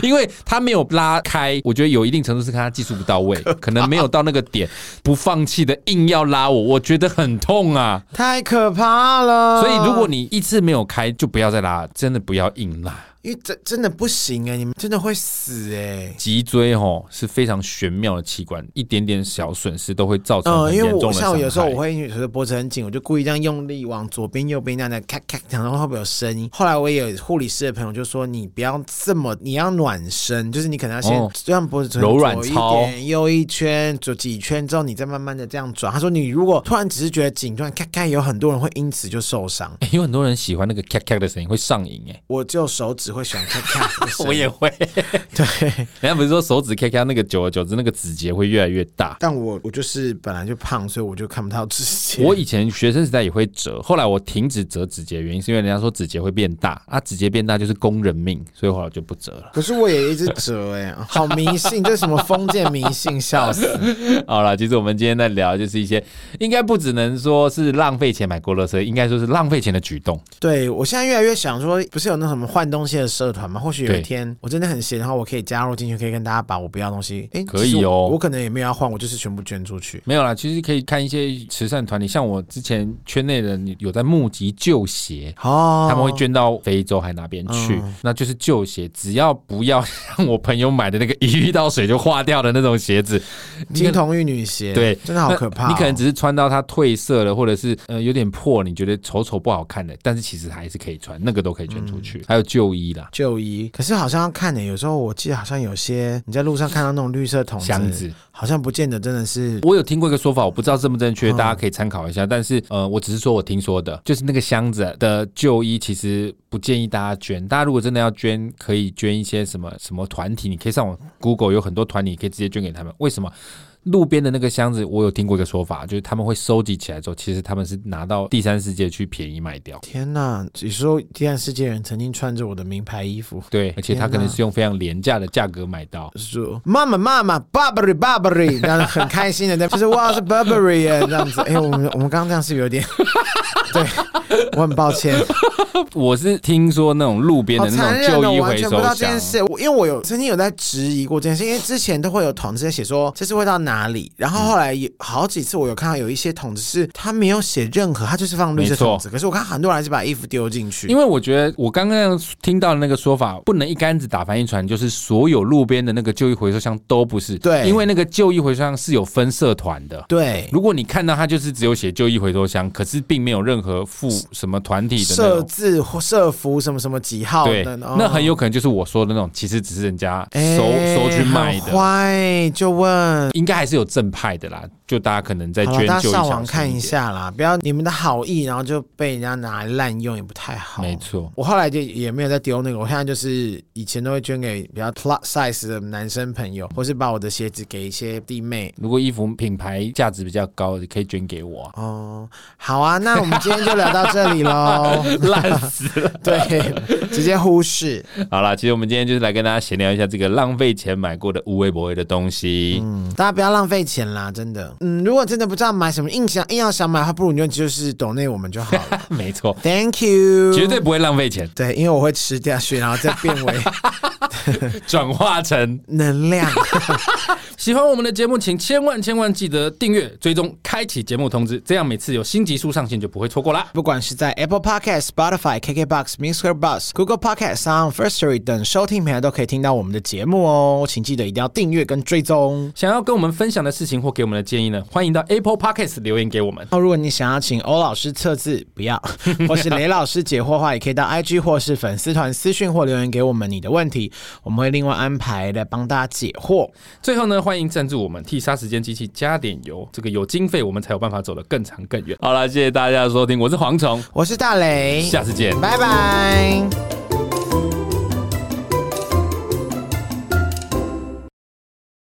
因为他没有拉开，我觉得有一定程度是看他技术不到位，可能没有到那个点，不放弃的硬要拉我，我觉得很痛啊。
太可怕了。
所以如果你一次没有开，就不要再拉，真的不要硬拉。
因为真真的不行哎、你们真的会死哎、
脊椎吼是非常玄妙的器官，一点点小损失都会造成
嗯，
很
因为
严重
我
的伤
像
害。
我有 时候我会因为觉得脖子很紧，我就故意这样用力往左边右边那样的咔咔，然后会不会有声音？后来我也有护理师的朋友就说，你不要这么，你要暖身，就是你可能要先
哦
这样脖子
柔软
左一
操
点，右一圈，左几圈之后，你再慢慢的这样转。他说，你如果突然只是觉得紧，突然咔咔，有很多人会因此就受伤。
有很多人喜欢那个咔咔的声音，会上瘾哎、
我就手指会喜欢 K K，
我也会。
对，
人家不是说手指 K K 那个久而久之那个指节会越来越大。
但我我就是本来就胖，所以我就看不到指节。
我以前学生时代也会折，后来我停止折指节，原因是因为人家说指节会变大，啊，指节变大就是工人命，所以后来我就不折 了。
可是我也一直 折哎、好迷信，这是什么封建迷信？笑死！
好了，其实我们今天在聊就是一些，应该不只能说是浪费钱买过乐色，应该说是浪费钱的举动。
对我现在越来越想说，不是有那什么换东西的社团吗？或许有
对
一天我真的很闲，然后我可以加入进去，可以跟大家把我不要的东西，哎、
可
其实
以哦
我我可能也没有要换，我就是全部捐出去。
没有啦，其实可以看一些慈善团体，像我之前圈内人有在募集旧鞋。
哦，
他们会捐到非洲还哪边去？
嗯
那就是旧鞋，只要不要像我朋友买的那个一遇到水就化掉的那种鞋子，
金童玉女鞋，
对
真的好可怕哦、
你可能只是穿到它褪色了，或者是呃有点破，你觉得丑丑不好看的，但是其实还是可以穿，那个都可以捐出去。
嗯
还有旧衣啦、
旧衣，可是好像要看呢、哎有时候我记得好像有些你在路上看到那种绿色桶
箱，子，
好像不见得真的是
我有听过一个说法，我不知道正不正
嗯
确，大家可以参考一下。但是呃，我只是说我听说的，就是那个箱子的旧衣，其实不建议大家捐。大家如果真的要捐，可以捐一些什么什么团体，你可以上网 Google，有很多团体你可以直接捐给他们。为什么？路边的那个箱子，我有听过一个说法，就是他们会收集起来之后，其实他们是拿到第三世界去便宜卖掉。
天呐！你说第三世界人曾经穿着我的名牌衣服，
对，而且他可能是用非常廉价的价格买到。
说妈妈妈妈 ，Burberry Burberry，这样子很开心的，对，就是哇是 Burberry 耶，这样子。哎、我们我们刚刚这样是不是 有点，对我很抱歉，
我是听说那种路边
好
的
残
那
忍
种
哦，
旧衣
我完
回
全不
收
知道这
箱
件，事。我因为我有曾经有在质疑过这件事，因为之前都会有桶子写说这是会到哪里，然后后来有好几次我有看到有一些桶子是它没有写任何，它就是放绿色
没错
桶子，可是我看很多人还是把衣服丢进去，
嗯因为我觉得我刚刚听到的那个说法，不能一竿子打翻一船，就是所有路边的那个旧衣回收箱都不是。
对
因为那个旧衣回收箱是有分社团的。
对。
如果你看到它就是只有写旧衣回收箱，可是并没有任何附什么团体的那
设
种。
置或设服什么什么几号
对，
的，哦哎
那很有可能就是我说的那种，其实只是人家收收去卖
很
的，
坏，就问。
应该还是有正派的啦。就大家可能在
好
捐
了，大家
旧衣
上
小
网
心
看
一
一
点
下啦，不要你们的好意，然后就被人家拿来滥用，也不太好。
没错，
我后来就也没有再丢那个，我现在就是以前都会捐给比较 plus size 的男生朋友，或是把我的鞋子给一些弟妹。。
如果衣服品牌价值比较高，可以捐给我、啊
哦，好啊，那我们今天就聊到这里 喽。
烂死了！
对，直接忽视。
好啦，其实我们今天就是来跟大家闲聊一下这个浪费钱买过的无微不微的东西。
嗯，大家不要浪费钱啦，真的。嗯，如果真的不知道买什么，硬想硬要想买的话，不如你就就是抖内我们就 好了。
没错，
Thank you，
绝对不会浪费钱，
对，因为我会吃下去，然后再变为
转化成
能量。
喜欢我们的节目，请千万千万记得订阅、追踪、开启节目通知，这样每次有新集数上线就不会错过啦。
不管是在 Apple Podcast、Spotify、KKBox、Mixer Bus、Google Podcast、Sound First Story 等收听平台都可以听到我们的节目哦，请记得一定要订阅跟追踪。
想要跟我们分享的事情或给我们的建议呢，欢迎到 Apple Podcast 留言给我们。
那如果你想要请欧老师测字，不要， 或是雷老师解惑的话，也可以到 IG 或是粉丝团私讯或留言给我们你的问题，我们会另外安排来帮大家解惑。
最后呢，欢迎赞助我们，替杀时间机器加点油，这个有经费我们才有办法走得更长更远。好啦，谢谢大家的收听，我是蝗虫，
我是大雷，
下次见。
拜拜。